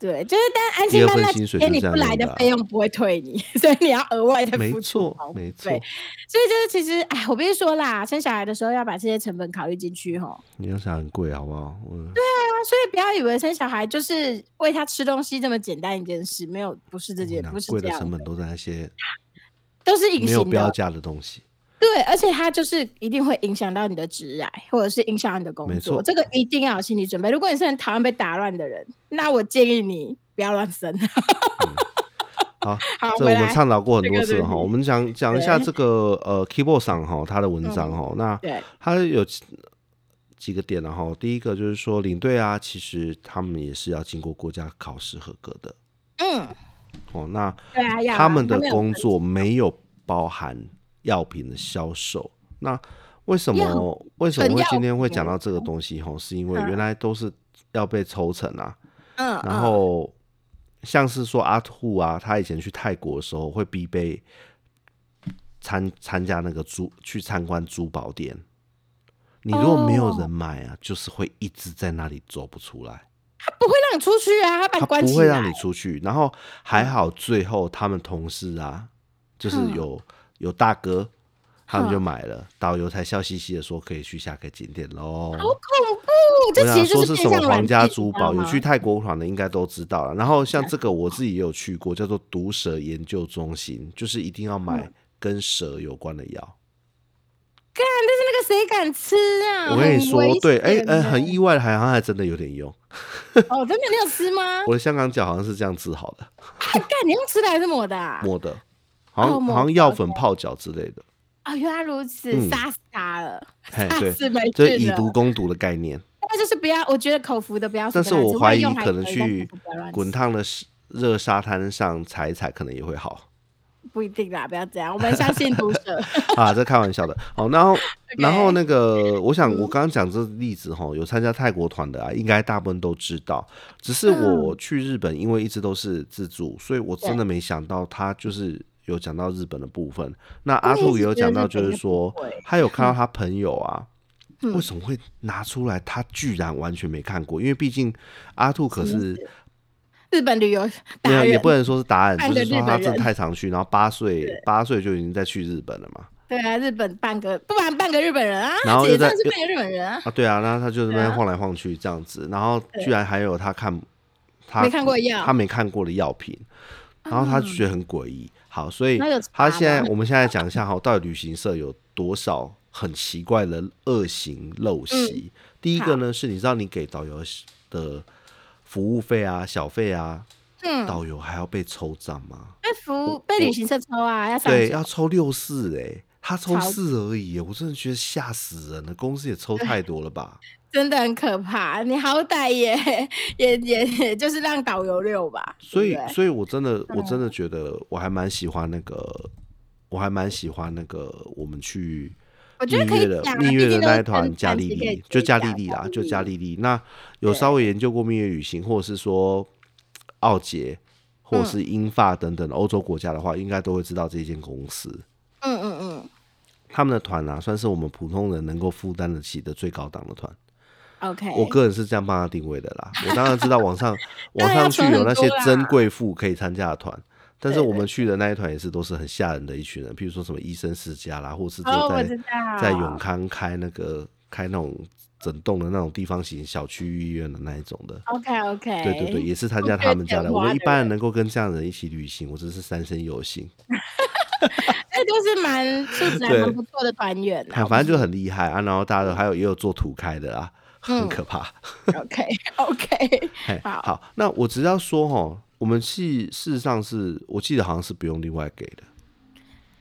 Speaker 2: 对，就是但安
Speaker 1: 第
Speaker 2: 心
Speaker 1: 二
Speaker 2: 班
Speaker 1: 份
Speaker 2: 那
Speaker 1: 薪
Speaker 2: 几
Speaker 1: 水
Speaker 2: 天
Speaker 1: 就
Speaker 2: 你
Speaker 1: 这
Speaker 2: 不
Speaker 1: 样
Speaker 2: 来
Speaker 1: 用
Speaker 2: 的
Speaker 1: 的啊
Speaker 2: 费用不会退你， 所以你要额外再
Speaker 1: 没
Speaker 2: 付出哦
Speaker 1: 错
Speaker 2: 保姆
Speaker 1: 没错
Speaker 2: 费所以就是其实，哎，我必须说啦，生小孩的时候要把这些成本考虑进去吼。
Speaker 1: 你要想很贵好不好？嗯，
Speaker 2: 对啊，所以不要以为生小孩就是喂他吃东西这么简单一件事，没有，不是这
Speaker 1: 我
Speaker 2: 件，
Speaker 1: 跟你讲
Speaker 2: 不
Speaker 1: 嗯
Speaker 2: 是
Speaker 1: 贵
Speaker 2: 这
Speaker 1: 的成
Speaker 2: 样，
Speaker 1: 本都在那些
Speaker 2: 都是隐
Speaker 1: 没有
Speaker 2: 形
Speaker 1: 标
Speaker 2: 的。
Speaker 1: 价的东西。
Speaker 2: 对，而且它就是一定会影响到你的职涯，或者是影响到你的工
Speaker 1: 没错
Speaker 2: 作，这个一定要有心理准备。如果你是很讨厌被打乱的人，那我建议你不要乱生。
Speaker 1: 好，
Speaker 2: 好，
Speaker 1: 这
Speaker 2: 回
Speaker 1: 我们
Speaker 2: 来
Speaker 1: 倡导过很
Speaker 2: 这
Speaker 1: 多
Speaker 2: 个
Speaker 1: 次
Speaker 2: 对
Speaker 1: 了哈。
Speaker 2: 比
Speaker 1: 我们讲讲一下
Speaker 2: 对嗯
Speaker 1: 这个呃 keyboard 上哈他的文章哈，那
Speaker 2: 对，
Speaker 1: 他有几几个点然后第一个就是说领队啊，其实他们也是要经过国家考试合格的
Speaker 2: 嗯，
Speaker 1: 哦。那
Speaker 2: 对啊，要啊哦
Speaker 1: 他们的
Speaker 2: 有
Speaker 1: 工作没有包含药品的销售。那为什
Speaker 2: 药
Speaker 1: 么为什么
Speaker 2: 纯
Speaker 1: 会
Speaker 2: 药
Speaker 1: 今天会
Speaker 2: 品哦
Speaker 1: 讲到这个东西？吼，是因为
Speaker 2: 嗯
Speaker 1: 原来都是要被抽成啊，
Speaker 2: 嗯，
Speaker 1: 然
Speaker 2: 嗯
Speaker 1: 后像是说阿兔啊，他以前去泰国的时候会必备参参加那个珠去参观珠宝店。你如果没有
Speaker 2: 哦
Speaker 1: 人买啊，就是会一直在那里走不出来。
Speaker 2: 他不会让你出去啊，他把你
Speaker 1: 他
Speaker 2: 关
Speaker 1: 不
Speaker 2: 起
Speaker 1: 会让
Speaker 2: 来
Speaker 1: 你。出去。然后还好，最后他们同事啊，就是
Speaker 2: 嗯
Speaker 1: 有、有大哥，他们就
Speaker 2: 嗯
Speaker 1: 买了。导游才笑嘻嘻的说可以去下个景点喽。
Speaker 2: 好恐怖！
Speaker 1: 我
Speaker 2: 哦这
Speaker 1: 想
Speaker 2: 其实
Speaker 1: 啊说
Speaker 2: 就是
Speaker 1: 什
Speaker 2: 变
Speaker 1: 么
Speaker 2: 相
Speaker 1: 皇
Speaker 2: 软
Speaker 1: 家
Speaker 2: 禁
Speaker 1: 珠
Speaker 2: 你知
Speaker 1: 宝，有
Speaker 2: 道吗嗯
Speaker 1: 去泰国团的应该都知道了。然后像这个我自己也有去过，叫做毒蛇研究中心，就是一定要买
Speaker 2: 嗯
Speaker 1: 跟蛇有关的药。
Speaker 2: 干，但是那个谁敢吃啊？
Speaker 1: 我跟你
Speaker 2: 很
Speaker 1: 说
Speaker 2: 危，
Speaker 1: 对，哎、
Speaker 2: 险
Speaker 1: 呃，
Speaker 2: 欸
Speaker 1: 很意外，好像还真的有点用。
Speaker 2: 哦，真的你有吃吗？
Speaker 1: 我的香港脚好像是这样治好的，
Speaker 2: 啊干，你用吃的还是抹的啊？
Speaker 1: 抹的，好像、
Speaker 2: 哦抹
Speaker 1: 好像
Speaker 2: 的
Speaker 1: 药粉泡脚之类的。
Speaker 2: 啊，原来如此
Speaker 1: 嗯，
Speaker 2: 杀死他了，
Speaker 1: 嘿，
Speaker 2: 杀
Speaker 1: 哎对，
Speaker 2: 死没
Speaker 1: 这
Speaker 2: 事
Speaker 1: 以
Speaker 2: 了哦
Speaker 1: 毒。攻毒的概念。
Speaker 2: 那就是不要，我觉得口服的不要随
Speaker 1: 但
Speaker 2: 便
Speaker 1: 是
Speaker 2: 乱吃。
Speaker 1: 我怀
Speaker 2: 万一
Speaker 1: 疑
Speaker 2: 用海
Speaker 1: 可能
Speaker 2: 豚用
Speaker 1: 去
Speaker 2: 口服不要乱
Speaker 1: 滚
Speaker 2: 吃
Speaker 1: 烫的热沙滩上踩一踩，可能也会好
Speaker 2: 不一定啦，不要这样，我们相信毒 蛇。
Speaker 1: 啊。这开玩笑的。好，然后然后
Speaker 2: OK 嗯
Speaker 1: 那 个，我想我刚刚讲这例子哈，有参加泰国团的啊，应该大部分都知道。只是
Speaker 2: 嗯
Speaker 1: 我去日本，因为一直都是自助，所以我真的没想到他就是。有讲到日本的部分，那阿
Speaker 2: 我也嗯
Speaker 1: 兔
Speaker 2: 是
Speaker 1: 也有
Speaker 2: 觉
Speaker 1: 讲
Speaker 2: 得
Speaker 1: 到，
Speaker 2: 日
Speaker 1: 就
Speaker 2: 本
Speaker 1: 是
Speaker 2: 的
Speaker 1: 说
Speaker 2: 部分
Speaker 1: 他有看到他朋友啊，
Speaker 2: 嗯
Speaker 1: 为什么会拿出来？他居然完全没看过，因为毕竟阿兔可是
Speaker 2: 日本旅游
Speaker 1: 没
Speaker 2: 达
Speaker 1: 有，
Speaker 2: 人
Speaker 1: 也不能说是达人，
Speaker 2: 半
Speaker 1: 就
Speaker 2: 个
Speaker 1: 是说
Speaker 2: 日
Speaker 1: 他
Speaker 2: 本
Speaker 1: 真的
Speaker 2: 人
Speaker 1: 太常去，然后八岁八岁就已经在去日本了嘛。
Speaker 2: 对啊，日本半个，不然半个日本人啊，
Speaker 1: 然后
Speaker 2: 姐
Speaker 1: 又
Speaker 2: 姐
Speaker 1: 在
Speaker 2: 真的是半个日本人啊，
Speaker 1: 啊，对啊，那他就在那边
Speaker 2: 对啊
Speaker 1: 晃来晃去这样子，然后居然还有他看他
Speaker 2: 没看过的药
Speaker 1: 他没看过的药品，然后他就觉得很诡异。好，所以
Speaker 2: 那有
Speaker 1: 他
Speaker 2: 查
Speaker 1: 现在
Speaker 2: 吗
Speaker 1: 我们现在讲一下哈，到底旅行社有多少很奇怪的恶行陋
Speaker 2: 嗯
Speaker 1: 习？第一个呢是，你知道你给导游的服务费啊、小费啊，
Speaker 2: 嗯，
Speaker 1: 导游还要被抽账吗？
Speaker 2: 被服被旅行社抽啊，要上
Speaker 1: 对，
Speaker 2: 交
Speaker 1: 要抽六四哎。他抽
Speaker 2: 超
Speaker 1: 四而已耶，我真的觉得吓死人了。公司也抽太多了吧？
Speaker 2: 真的很可怕。你好歹也 也也也就是让导游溜吧，
Speaker 1: 所以
Speaker 2: 对嗯不，对
Speaker 1: 所以我真的，我真的觉得我还蛮喜欢那个，我还蛮喜欢那个我们去
Speaker 2: 我
Speaker 1: 蜜
Speaker 2: 觉得可
Speaker 1: 月
Speaker 2: 以
Speaker 1: 的
Speaker 2: 讲啊
Speaker 1: 蜜月的那一团
Speaker 2: 毕竟都是跟
Speaker 1: 加
Speaker 2: 团
Speaker 1: 利
Speaker 2: 其实可以
Speaker 1: 利
Speaker 2: 自，己
Speaker 1: 就加利
Speaker 2: 讲
Speaker 1: 利啦，
Speaker 2: 利
Speaker 1: 就加利利。那有稍微研究过蜜月旅行，或者是说奥捷，或者是
Speaker 2: 嗯
Speaker 1: 英法等等欧洲国家的话，应该都会知道这间公司。
Speaker 2: 嗯嗯嗯
Speaker 1: 他们的团啊，算是我们普通人能够负担得起的最高档的团。
Speaker 2: ，OK，
Speaker 1: 我个人是这样帮他定位的啦。我当然知道网 上网
Speaker 2: 当然要
Speaker 1: 上去
Speaker 2: 存
Speaker 1: 有
Speaker 2: 啊很
Speaker 1: 那些
Speaker 2: 多啦
Speaker 1: 真贵妇可以参加的团，但是
Speaker 2: 对
Speaker 1: 我们去的那一团也是都是很吓人的一群人，譬如说什么医生世家啦，或是只
Speaker 2: 哦，
Speaker 1: 有
Speaker 2: 我
Speaker 1: 在
Speaker 2: 知道，
Speaker 1: 在永康开那个开那种整栋的那种地方型小区医院的那一种的。
Speaker 2: ，OK 哎 OK，
Speaker 1: 对对对，也是参
Speaker 2: 不
Speaker 1: 加
Speaker 2: 缺
Speaker 1: 他们家
Speaker 2: 钱
Speaker 1: 的。
Speaker 2: 花
Speaker 1: 我们一
Speaker 2: 的
Speaker 1: 般人
Speaker 2: 人
Speaker 1: 能够跟这样的人一起旅行，我真是三生有幸。
Speaker 2: 那都是蛮素质还
Speaker 1: 对
Speaker 2: 蛮不错的团员
Speaker 1: 啊
Speaker 2: 啊，
Speaker 1: 反正就很厉害啊。然后大家都还有也有做土开的啦，很
Speaker 2: 嗯
Speaker 1: 可怕。
Speaker 2: OK OK，
Speaker 1: 嘿
Speaker 2: 好
Speaker 1: 好，那我只要说哈，我们是事实上是我记得好像是不用另外给的，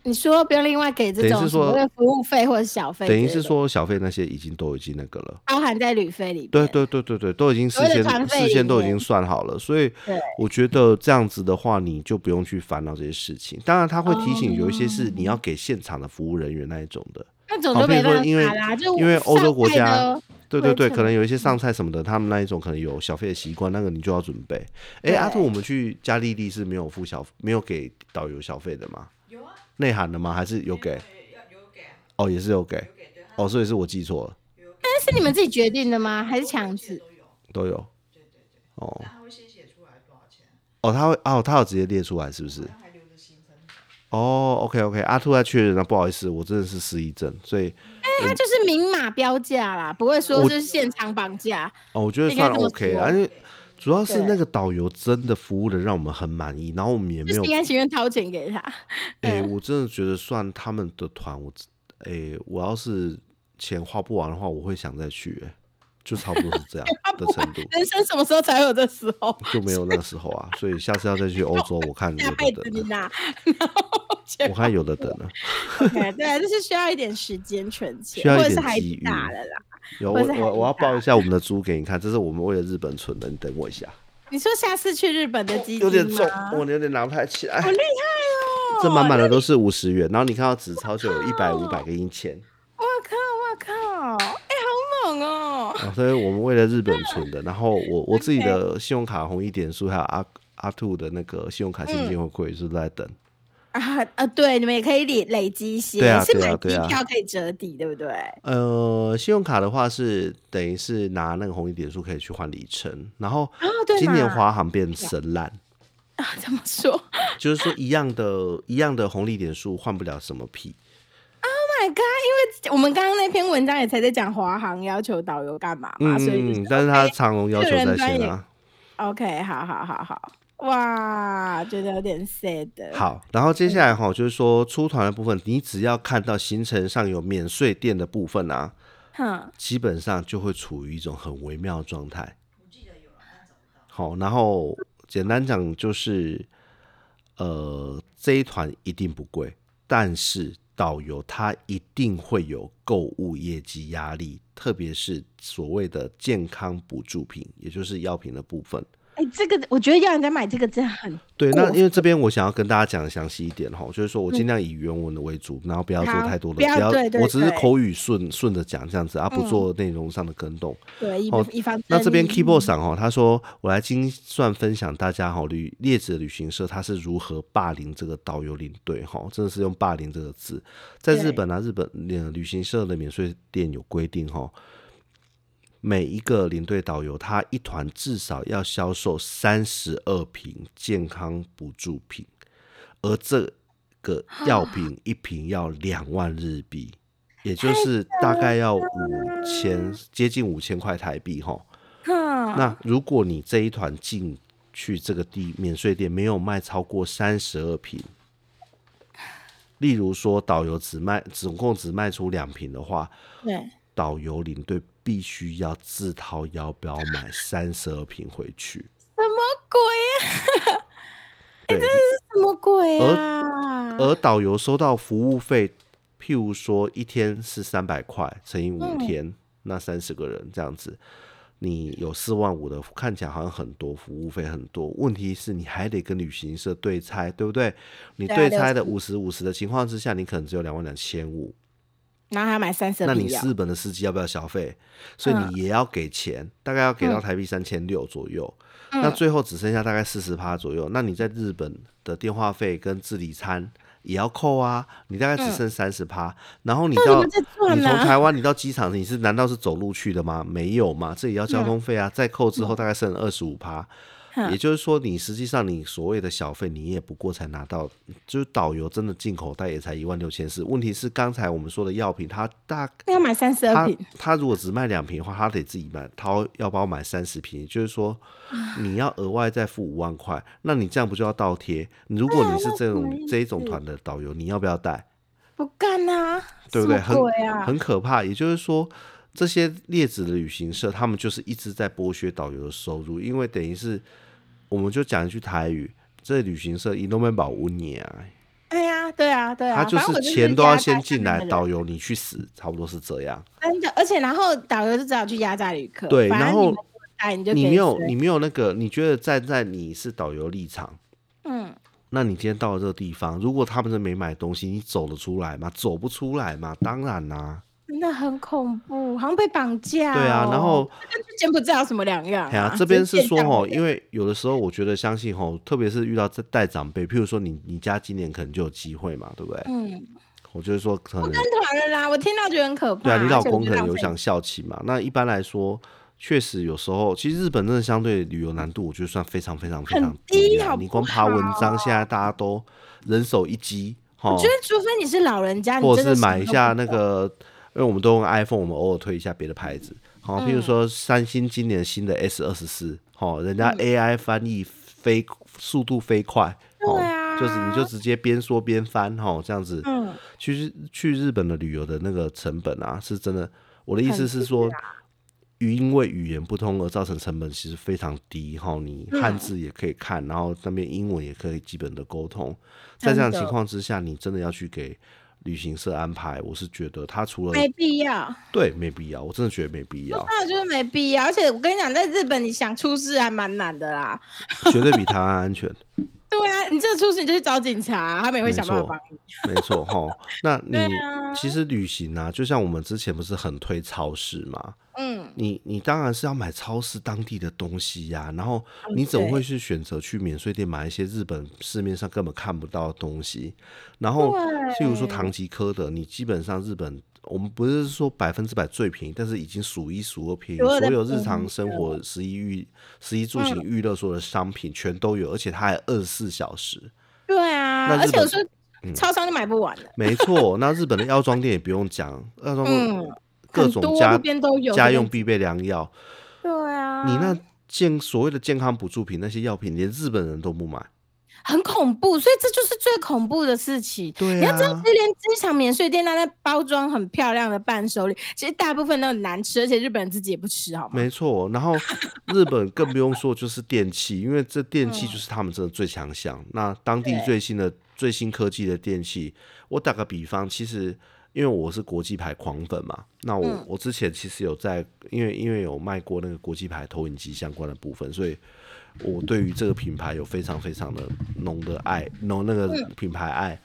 Speaker 2: 你说不用另外给这
Speaker 1: 等于
Speaker 2: 种
Speaker 1: 是
Speaker 2: 所
Speaker 1: 说
Speaker 2: 谓的服务费或者小费之
Speaker 1: 等
Speaker 2: 类的，
Speaker 1: 于是说小费那些已经都已经那个了。
Speaker 2: 包含在旅费里面，
Speaker 1: 对对对对对，都已经事
Speaker 2: 所谓的
Speaker 1: 先
Speaker 2: 团费
Speaker 1: 事先都已
Speaker 2: 里
Speaker 1: 经
Speaker 2: 面
Speaker 1: 算好了，所以
Speaker 2: 对
Speaker 1: 我觉得这样子的话，你就不用去烦恼这些事情。当然，他会提
Speaker 2: 哦
Speaker 1: 醒有一些是你要给现场的服务人员那一种的，
Speaker 2: 那种
Speaker 1: 好
Speaker 2: 都
Speaker 1: 比如
Speaker 2: 没
Speaker 1: 说
Speaker 2: 办
Speaker 1: 因为
Speaker 2: 法啦，就
Speaker 1: 因为欧洲国
Speaker 2: 上菜
Speaker 1: 家
Speaker 2: 的
Speaker 1: 对对
Speaker 2: 会
Speaker 1: 对，
Speaker 2: 特
Speaker 1: 可能有一些上菜什么的，他们那一种可能有小费的习惯，那个你就要准备。哎、
Speaker 2: 对
Speaker 1: 阿兔，我们去加利利是没有付小，没有给导游小费的吗？有啊。内涵的吗？还是有给？哦，也是有给。哦，所以是我记错了，
Speaker 2: 但是你们自己决定的吗？还是强制？
Speaker 1: 都有。哦。哦，他会哦，他有直接列出来，是不是？哦，OK OK，阿兔在确认了，不好意思，我真的是失忆症，所以
Speaker 2: 但它哎就是明码标价啦，不会说
Speaker 1: 嗯我
Speaker 2: 就是现场绑架。
Speaker 1: 哦，我觉得
Speaker 2: 应该
Speaker 1: 算
Speaker 2: 这么
Speaker 1: OK
Speaker 2: 说
Speaker 1: 啦，因为主要是
Speaker 2: 对
Speaker 1: 那个导游真的服务的让我们很满意，然后我们也
Speaker 2: 就
Speaker 1: 没
Speaker 2: 是
Speaker 1: 有
Speaker 2: 应该情愿掏钱给他。
Speaker 1: 哎、我真的觉得算他们的团，我真哎、我要是钱花不完的话，我会想再去、哎，就差不多是这 样的程度，
Speaker 2: 人生什么时候才有这时候？
Speaker 1: 就没有那时候啊。所以下次要再去欧洲，我看
Speaker 2: 下
Speaker 1: 有
Speaker 2: 辈
Speaker 1: 的
Speaker 2: 子
Speaker 1: 等
Speaker 2: 你
Speaker 1: 了，
Speaker 2: 拿，然后钱
Speaker 1: 我看有的等 了。
Speaker 2: OK，对，啊就是需要一点时间存钱，
Speaker 1: 需要一
Speaker 2: 或者是
Speaker 1: 点
Speaker 2: 孩
Speaker 1: 机
Speaker 2: 子
Speaker 1: 遇
Speaker 2: 大了啦。
Speaker 1: 有
Speaker 2: 或
Speaker 1: 我
Speaker 2: 者是海
Speaker 1: 我我要
Speaker 2: 底
Speaker 1: 报一下我们的猪给你看，这是我们为了日本存的，你等我一下，
Speaker 2: 你说下次去日本的基金
Speaker 1: 有点重
Speaker 2: 吗，
Speaker 1: 我有点拿不太起来
Speaker 2: 好。厉害哦！
Speaker 1: 这满满的都是五十元，然后你看到纸钞就有一百、五百
Speaker 2: 哦
Speaker 1: 跟一千，
Speaker 2: 哇靠，哇靠，哎、好猛哦！
Speaker 1: 啊，所以我们为了日本存的，然后我我自己的信用卡红一点数还有阿阿兔的那个信用卡现
Speaker 2: 嗯
Speaker 1: 金回馈是都在等，
Speaker 2: 啊啊，对，你们也可以累累积一些，
Speaker 1: 对啊
Speaker 2: 是
Speaker 1: 对啊
Speaker 2: 买
Speaker 1: 对
Speaker 2: 机
Speaker 1: 啊
Speaker 2: 票可以折抵，对不啊对？
Speaker 1: 呃，信用卡的话是等于是拿那个红一点数可以去换里程，然后
Speaker 2: 哦，对
Speaker 1: 今年
Speaker 2: 嘛
Speaker 1: 华航变神烂，
Speaker 2: 啊，怎么说？Oh
Speaker 1: 就是说一样的一样的红利点数换不了什么屁，
Speaker 2: my god！因为我们刚刚那篇文章也才在讲华航要求导游干嘛嘛，啊所以就
Speaker 1: 嗯，但是他长龙要求在
Speaker 2: 个人
Speaker 1: 先
Speaker 2: 专
Speaker 1: 啊，
Speaker 2: OK，好好好好，哇，觉得有点 sad。，
Speaker 1: 好，然
Speaker 2: 嗯
Speaker 1: 后接下来哈就是说出团的部分，你只要看到行程上有免税店的部分啊，
Speaker 2: 哼，
Speaker 1: 基本上就会处于一种很微妙的状态。
Speaker 2: 啊
Speaker 1: 好，然后简单讲就是，呃，这一团一定不贵，但是导游他一定会有购物业绩压力，特别是所谓的健康补助品，也就是药品的部分。
Speaker 2: 哎、哎、这个我觉得要人家买这个真的很
Speaker 1: 对，
Speaker 2: 过
Speaker 1: 那
Speaker 2: 分
Speaker 1: 因为这边我想要跟大家讲的详细一点哈，就是说我尽量以原文的为主，然后不要做
Speaker 2: 好
Speaker 1: 太多的，
Speaker 2: 嗯不要对对
Speaker 1: 我只是
Speaker 2: 对嗯
Speaker 1: 口语顺顺着讲这样子啊，不做内容上的跟动。
Speaker 2: 对一、
Speaker 1: 哦
Speaker 2: 一方
Speaker 1: 那这边
Speaker 2: 争议
Speaker 1: Keyboard 上哦，他说我来精算分享大家哈旅列子旅行社它是如何霸凌这个导游领队哈，真的是用霸凌这个字，在
Speaker 2: 对
Speaker 1: 日本啊，日本呃旅行社的免税店有规定哈，每一个领队导游他一团至少要销售三十二瓶健康补助品，而这个药品一瓶要两万日币。也就是大概要五千，接近五千块台币哈。
Speaker 2: 哼
Speaker 1: 那如果你这一团进去这个地免税店没有卖超过三十二瓶，例如说导游只卖总共只卖出两瓶的话，
Speaker 2: 对
Speaker 1: 导游领队必须要自掏腰包买三十二瓶回去。
Speaker 2: 什么鬼啊？
Speaker 1: 对，
Speaker 2: 什么鬼啊？
Speaker 1: 而导游收到服务费，譬如说一天是三百块，乘以五天，
Speaker 2: 嗯
Speaker 1: 那三十个人这样子，你有四万五的，看起来好像很多，服务费很多。问题是你还得跟旅行社对拆，对不对？你
Speaker 2: 对
Speaker 1: 对
Speaker 2: 啊
Speaker 1: 拆的五十五十的情况之下，你可能只有两万两千五，
Speaker 2: 然后还要买三十
Speaker 1: 那你
Speaker 2: 瓶药，
Speaker 1: 日本的司机要不要消费？所以
Speaker 2: 嗯
Speaker 1: 你也要给钱，大概要给到
Speaker 2: 嗯
Speaker 1: 台币三千六左右。那
Speaker 2: 嗯，
Speaker 1: 最后只剩下大概四十趴左右。那你在日本的电话费跟自理餐也要扣啊，你大概只剩三十趴。然后你
Speaker 2: 到
Speaker 1: 到
Speaker 2: 底有没有在赚
Speaker 1: 你从
Speaker 2: 啊
Speaker 1: 台湾你到机场，你是难道是走路去的吗？没有嘛，这也要交通费啊。再扣
Speaker 2: 嗯
Speaker 1: 之后大概剩二十五趴。
Speaker 2: 哼
Speaker 1: 也就是说，你实际上你所谓的小费，你也不过才拿到，就是导游真的进口袋也才一万六千四。问题是刚才我们说的药品，它大
Speaker 2: 那要买三十二
Speaker 1: 他
Speaker 2: 瓶，
Speaker 1: 他如果只卖两瓶的话，他得自己买，掏腰包买三十瓶，就是 说你要额外再付五万块，那你这样不就要倒贴？如果你是这
Speaker 2: 啊那什么
Speaker 1: 种
Speaker 2: 意思
Speaker 1: 这一种团的导游，你要不要带？
Speaker 2: 不干啊，
Speaker 1: 对不对？
Speaker 2: 什么鬼啊？
Speaker 1: 很很可怕。也就是说，这些劣质的旅行社，他们就是一直在剥削导游的收入，因为等于是我们就讲一句台语，这旅行社一都没保温你啊，
Speaker 2: 哎呀，对啊，对啊，
Speaker 1: 他就
Speaker 2: 反正我
Speaker 1: 是钱都要先进来，
Speaker 2: 就是压榨他们的人啊
Speaker 1: 导游你去死，差不多是这样。
Speaker 2: 真的，而且然后导游就只好去压榨旅客，
Speaker 1: 对
Speaker 2: 反正
Speaker 1: 然后
Speaker 2: 你们不带你就
Speaker 1: 你
Speaker 2: 给
Speaker 1: 没有，
Speaker 2: 谁
Speaker 1: 你没有那个，你觉得站在你是导游立场，
Speaker 2: 嗯，
Speaker 1: 那你今天到了这个地方，如果他们是没买东西，你走得出来吗？走不出来嘛，当然啦、
Speaker 2: 真的很恐怖，好像被绑架、
Speaker 1: 对啊，然后，
Speaker 2: 这跟去柬埔寨有什么两样、
Speaker 1: 哎呀、
Speaker 2: 啊？
Speaker 1: 这边
Speaker 2: 只
Speaker 1: 是说
Speaker 2: 见到
Speaker 1: 哦，
Speaker 2: 一个
Speaker 1: 因为有的时候我觉得相信哦，特别是遇到这带长辈，譬如说你你家今年可能就有机会嘛，对不对？
Speaker 2: 嗯，
Speaker 1: 我就是说可能
Speaker 2: 跟团了啦，我听到觉得很可怕。
Speaker 1: 对啊，你老
Speaker 2: 而且我
Speaker 1: 公
Speaker 2: 觉
Speaker 1: 可
Speaker 2: 得
Speaker 1: 能有
Speaker 2: 浪费
Speaker 1: 想孝亲嘛。那一般来说，确实有时候，其实日本真的相对旅游难度，我觉得算非常非常非
Speaker 2: 很
Speaker 1: 常
Speaker 2: 低
Speaker 1: 啊
Speaker 2: 好
Speaker 1: 你
Speaker 2: 不
Speaker 1: 光爬文章，
Speaker 2: 好
Speaker 1: 现在大家都人手一机，哈
Speaker 2: 我觉，得除非你是老人家，你
Speaker 1: 哦或
Speaker 2: 真
Speaker 1: 者
Speaker 2: 的
Speaker 1: 是
Speaker 2: 什
Speaker 1: 买
Speaker 2: 么
Speaker 1: 一
Speaker 2: 都
Speaker 1: 下
Speaker 2: 不
Speaker 1: 那
Speaker 2: 懂
Speaker 1: 个，因为我们都用 iPhone，我们偶尔推一下别的牌子，好，
Speaker 2: 嗯
Speaker 1: 譬如说三星今年新的 S 二十四，好，人
Speaker 2: 嗯
Speaker 1: 家 AI 翻译飞速度飞快，哦
Speaker 2: 对啊，
Speaker 1: 就是你就直接边说边翻，哈，这样子，
Speaker 2: 嗯，
Speaker 1: 去日去日本的旅游的那个成本啊，是真的。我的意思是说，语因为语言不通而造成成本其实非常低哈。你
Speaker 2: 嗯
Speaker 1: 汉字也可以看，然后那边英文也可以基本的沟通。在这样的
Speaker 2: 真
Speaker 1: 情
Speaker 2: 的
Speaker 1: 况之下，你真的要去给旅行社安排，我是觉得他除了
Speaker 2: 没必要。
Speaker 1: 对没必要，我真的觉得没必 要，
Speaker 2: 那我觉得没必要，而且我跟你讲，在日本你想出事还蛮难的啦。
Speaker 1: 绝对比台湾安 全。
Speaker 2: 对啊，你这出事你就去找警察，他们也会
Speaker 1: 没
Speaker 2: 想办
Speaker 1: 错
Speaker 2: 法帮你。
Speaker 1: 没错哈。那你
Speaker 2: 对啊
Speaker 1: 其实旅行啊，就像我们之前不是很推超市嘛，
Speaker 2: 嗯，
Speaker 1: 你你当然是要买超市当地的东西呀、然后
Speaker 2: 嗯
Speaker 1: 你怎么
Speaker 2: 对
Speaker 1: 会去选择去免税店买一些日本市面上根本看不到的东西？然后，譬如说
Speaker 2: 对
Speaker 1: 唐吉诃德，你基本上日本我们不是说百分之百最便宜，但是已经数一数二便宜，
Speaker 2: 所有的嗯
Speaker 1: 所有日
Speaker 2: 便
Speaker 1: 常
Speaker 2: 宜
Speaker 1: 生活、食衣娱、食衣住行、娱乐所有的商品全都有，而且它还二十四小时。
Speaker 2: 对啊，
Speaker 1: 那
Speaker 2: 而
Speaker 1: 日
Speaker 2: 且
Speaker 1: 本嗯
Speaker 2: 我说超商就买不完了，
Speaker 1: 没错，那日本的药妆店也不用讲，药妆店
Speaker 2: 嗯
Speaker 1: 各
Speaker 2: 很
Speaker 1: 种
Speaker 2: 多
Speaker 1: 家
Speaker 2: 路边都有
Speaker 1: 家
Speaker 2: 这
Speaker 1: 用
Speaker 2: 边
Speaker 1: 必备良药。
Speaker 2: 对啊，
Speaker 1: 你那健所谓的健康补助品那些药品，连日本人都不买。
Speaker 2: 很恐怖，所以这就是最恐怖的事情。
Speaker 1: 对
Speaker 2: 你要知道，
Speaker 1: 啊
Speaker 2: 其实连机场免税店那那包装很漂亮的伴手礼，其实大部分都很难吃，而且日本人自己也不吃，好吗？
Speaker 1: 没错，然后日本更不用说就是电器，因为这电
Speaker 2: 嗯
Speaker 1: 器就是他们真的最强项。那当地
Speaker 2: 对
Speaker 1: 最新的最新科技的电器，我打个比方，其实因为我是国际牌狂粉嘛，那我、
Speaker 2: 嗯
Speaker 1: 我之前其实有在，因为因为有卖过那个国际牌投影机相关的部分，所以我对于这个品牌有非常非常的浓的爱，浓那个
Speaker 2: 嗯
Speaker 1: 品牌爱。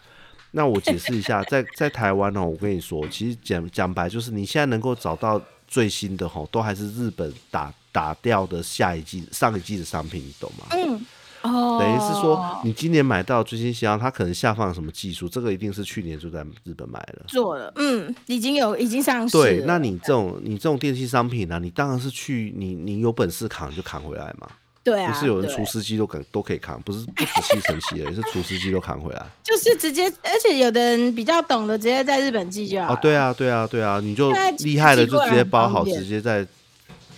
Speaker 1: 那我解释一下，在在台湾哦，我跟你说，其实讲讲白就是，你现在能够找到最新的哦，都还是日本打打掉的下一季、上一季的商品，你懂吗？
Speaker 2: 嗯，哦，
Speaker 1: 等于是说，你今年买到最新香，它可能下放什么技术，这个一定是去年就在日本买了。
Speaker 2: 做了，嗯，已经有已经上市了，
Speaker 1: 对，那你这种你这种电器商品呢、啊，你当然是去你你有本事扛就扛回来嘛，
Speaker 2: 对啊，
Speaker 1: 不是有人
Speaker 2: 对
Speaker 1: 厨师机都扛都可以扛，不是不止吸尘器而已，是厨师机都扛 回来。
Speaker 2: 就是直接，而且有的人比较懂的，直接在日本寄就
Speaker 1: 哦，
Speaker 2: 好了。
Speaker 1: 对啊，对啊，对啊，你就
Speaker 2: 现在寄
Speaker 1: 厉害了，
Speaker 2: 寄
Speaker 1: 就
Speaker 2: 过
Speaker 1: 直
Speaker 2: 来
Speaker 1: 接
Speaker 2: 很
Speaker 1: 包
Speaker 2: 方
Speaker 1: 好，
Speaker 2: 便
Speaker 1: 直接在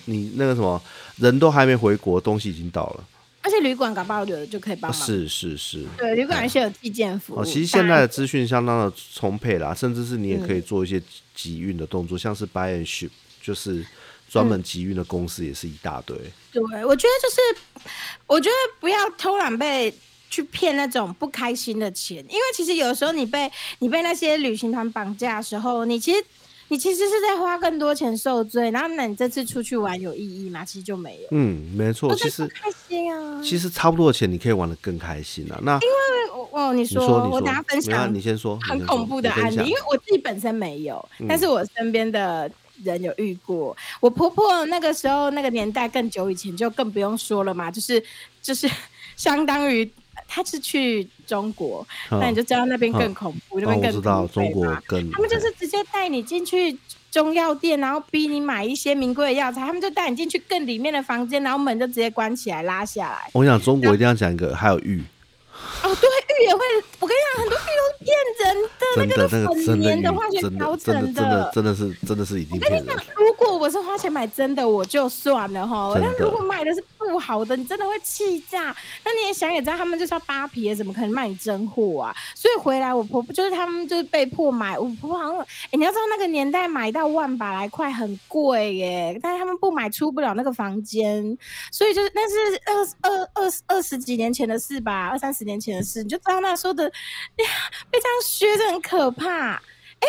Speaker 1: 你那个什么，人都还没回国，东西已经到了。
Speaker 2: 而且旅馆搞不好有的就可以帮忙。
Speaker 1: 哦是是是。
Speaker 2: 对，旅馆也是有寄件服务。
Speaker 1: 哦，其实现在的资讯相当的充沛啦，甚至是你也
Speaker 2: 嗯
Speaker 1: 可以做一些集运的动作，像是 buy and ship，就是专门集运的公司也是一大堆。
Speaker 2: 对，我觉得就是，我觉得不要偷懒被去骗那种不开心的钱，因为其实有时候你被你被那些旅行团绑架的时候，你其实你其实是在花更多钱受罪，然后那你这次出去玩有意义吗？其实就没有，
Speaker 1: 嗯，没错，
Speaker 2: 都
Speaker 1: 其
Speaker 2: 在
Speaker 1: 实
Speaker 2: 不开心啊。
Speaker 1: 其实差不多的钱你可以玩的更开心啊。那
Speaker 2: 对我哦，你
Speaker 1: 你
Speaker 2: 说，
Speaker 1: 说你
Speaker 2: 我
Speaker 1: 说
Speaker 2: 等下，分
Speaker 1: 没有啊
Speaker 2: 享
Speaker 1: 你先说，你
Speaker 2: 很
Speaker 1: 先
Speaker 2: 恐
Speaker 1: 说
Speaker 2: 怖
Speaker 1: 你
Speaker 2: 的
Speaker 1: 分
Speaker 2: 案例，
Speaker 1: 享嗯
Speaker 2: 因为我自己本身没有，但是我身边的人有遇过。我婆婆那个时候那个年代更久以前就更不用说了嘛，就是就是 相当于她是去中国，那你就知道那边更恐怖，
Speaker 1: 嗯
Speaker 2: 那
Speaker 1: 哦
Speaker 2: 边
Speaker 1: 我
Speaker 2: 更
Speaker 1: 知道
Speaker 2: 土匪
Speaker 1: 中国
Speaker 2: 嘛
Speaker 1: 更
Speaker 2: 他们就是直接带你进去中药店，然后逼你买一些名贵的药材，他们就带你进去更里面的房间，然后门就直接关起来拉下来。
Speaker 1: 我想中国一定要讲一个，还有玉，
Speaker 2: 哦，对，玉也会，我跟你讲，很多玉都是骗人的，
Speaker 1: 真
Speaker 2: 那个
Speaker 1: 的
Speaker 2: 都
Speaker 1: 那个真
Speaker 2: 是粉
Speaker 1: 的
Speaker 2: 黏
Speaker 1: 玉
Speaker 2: 的化学，
Speaker 1: 真
Speaker 2: 调
Speaker 1: 的真的
Speaker 2: 整
Speaker 1: 真的真的是真的是已经
Speaker 2: 我跟
Speaker 1: 骗人
Speaker 2: 你讲
Speaker 1: 了。，
Speaker 2: 如果我是花钱买真的，我就算了哈。
Speaker 1: 真的
Speaker 2: 但如果买的是不好的，你真的会气炸。那你也想也知道，他们就是要扒皮的，怎么可能卖你真货啊？所以回来我婆婆就是他们就是被迫买，我婆婆好像、诶你要知道那个年代买到万把来块很贵耶，但是他们不买出不了那个房间，所以就是那是二二二二十几年前的事吧，二三十年前的事，你就知道那时候的哎被这样削着很可怕。哎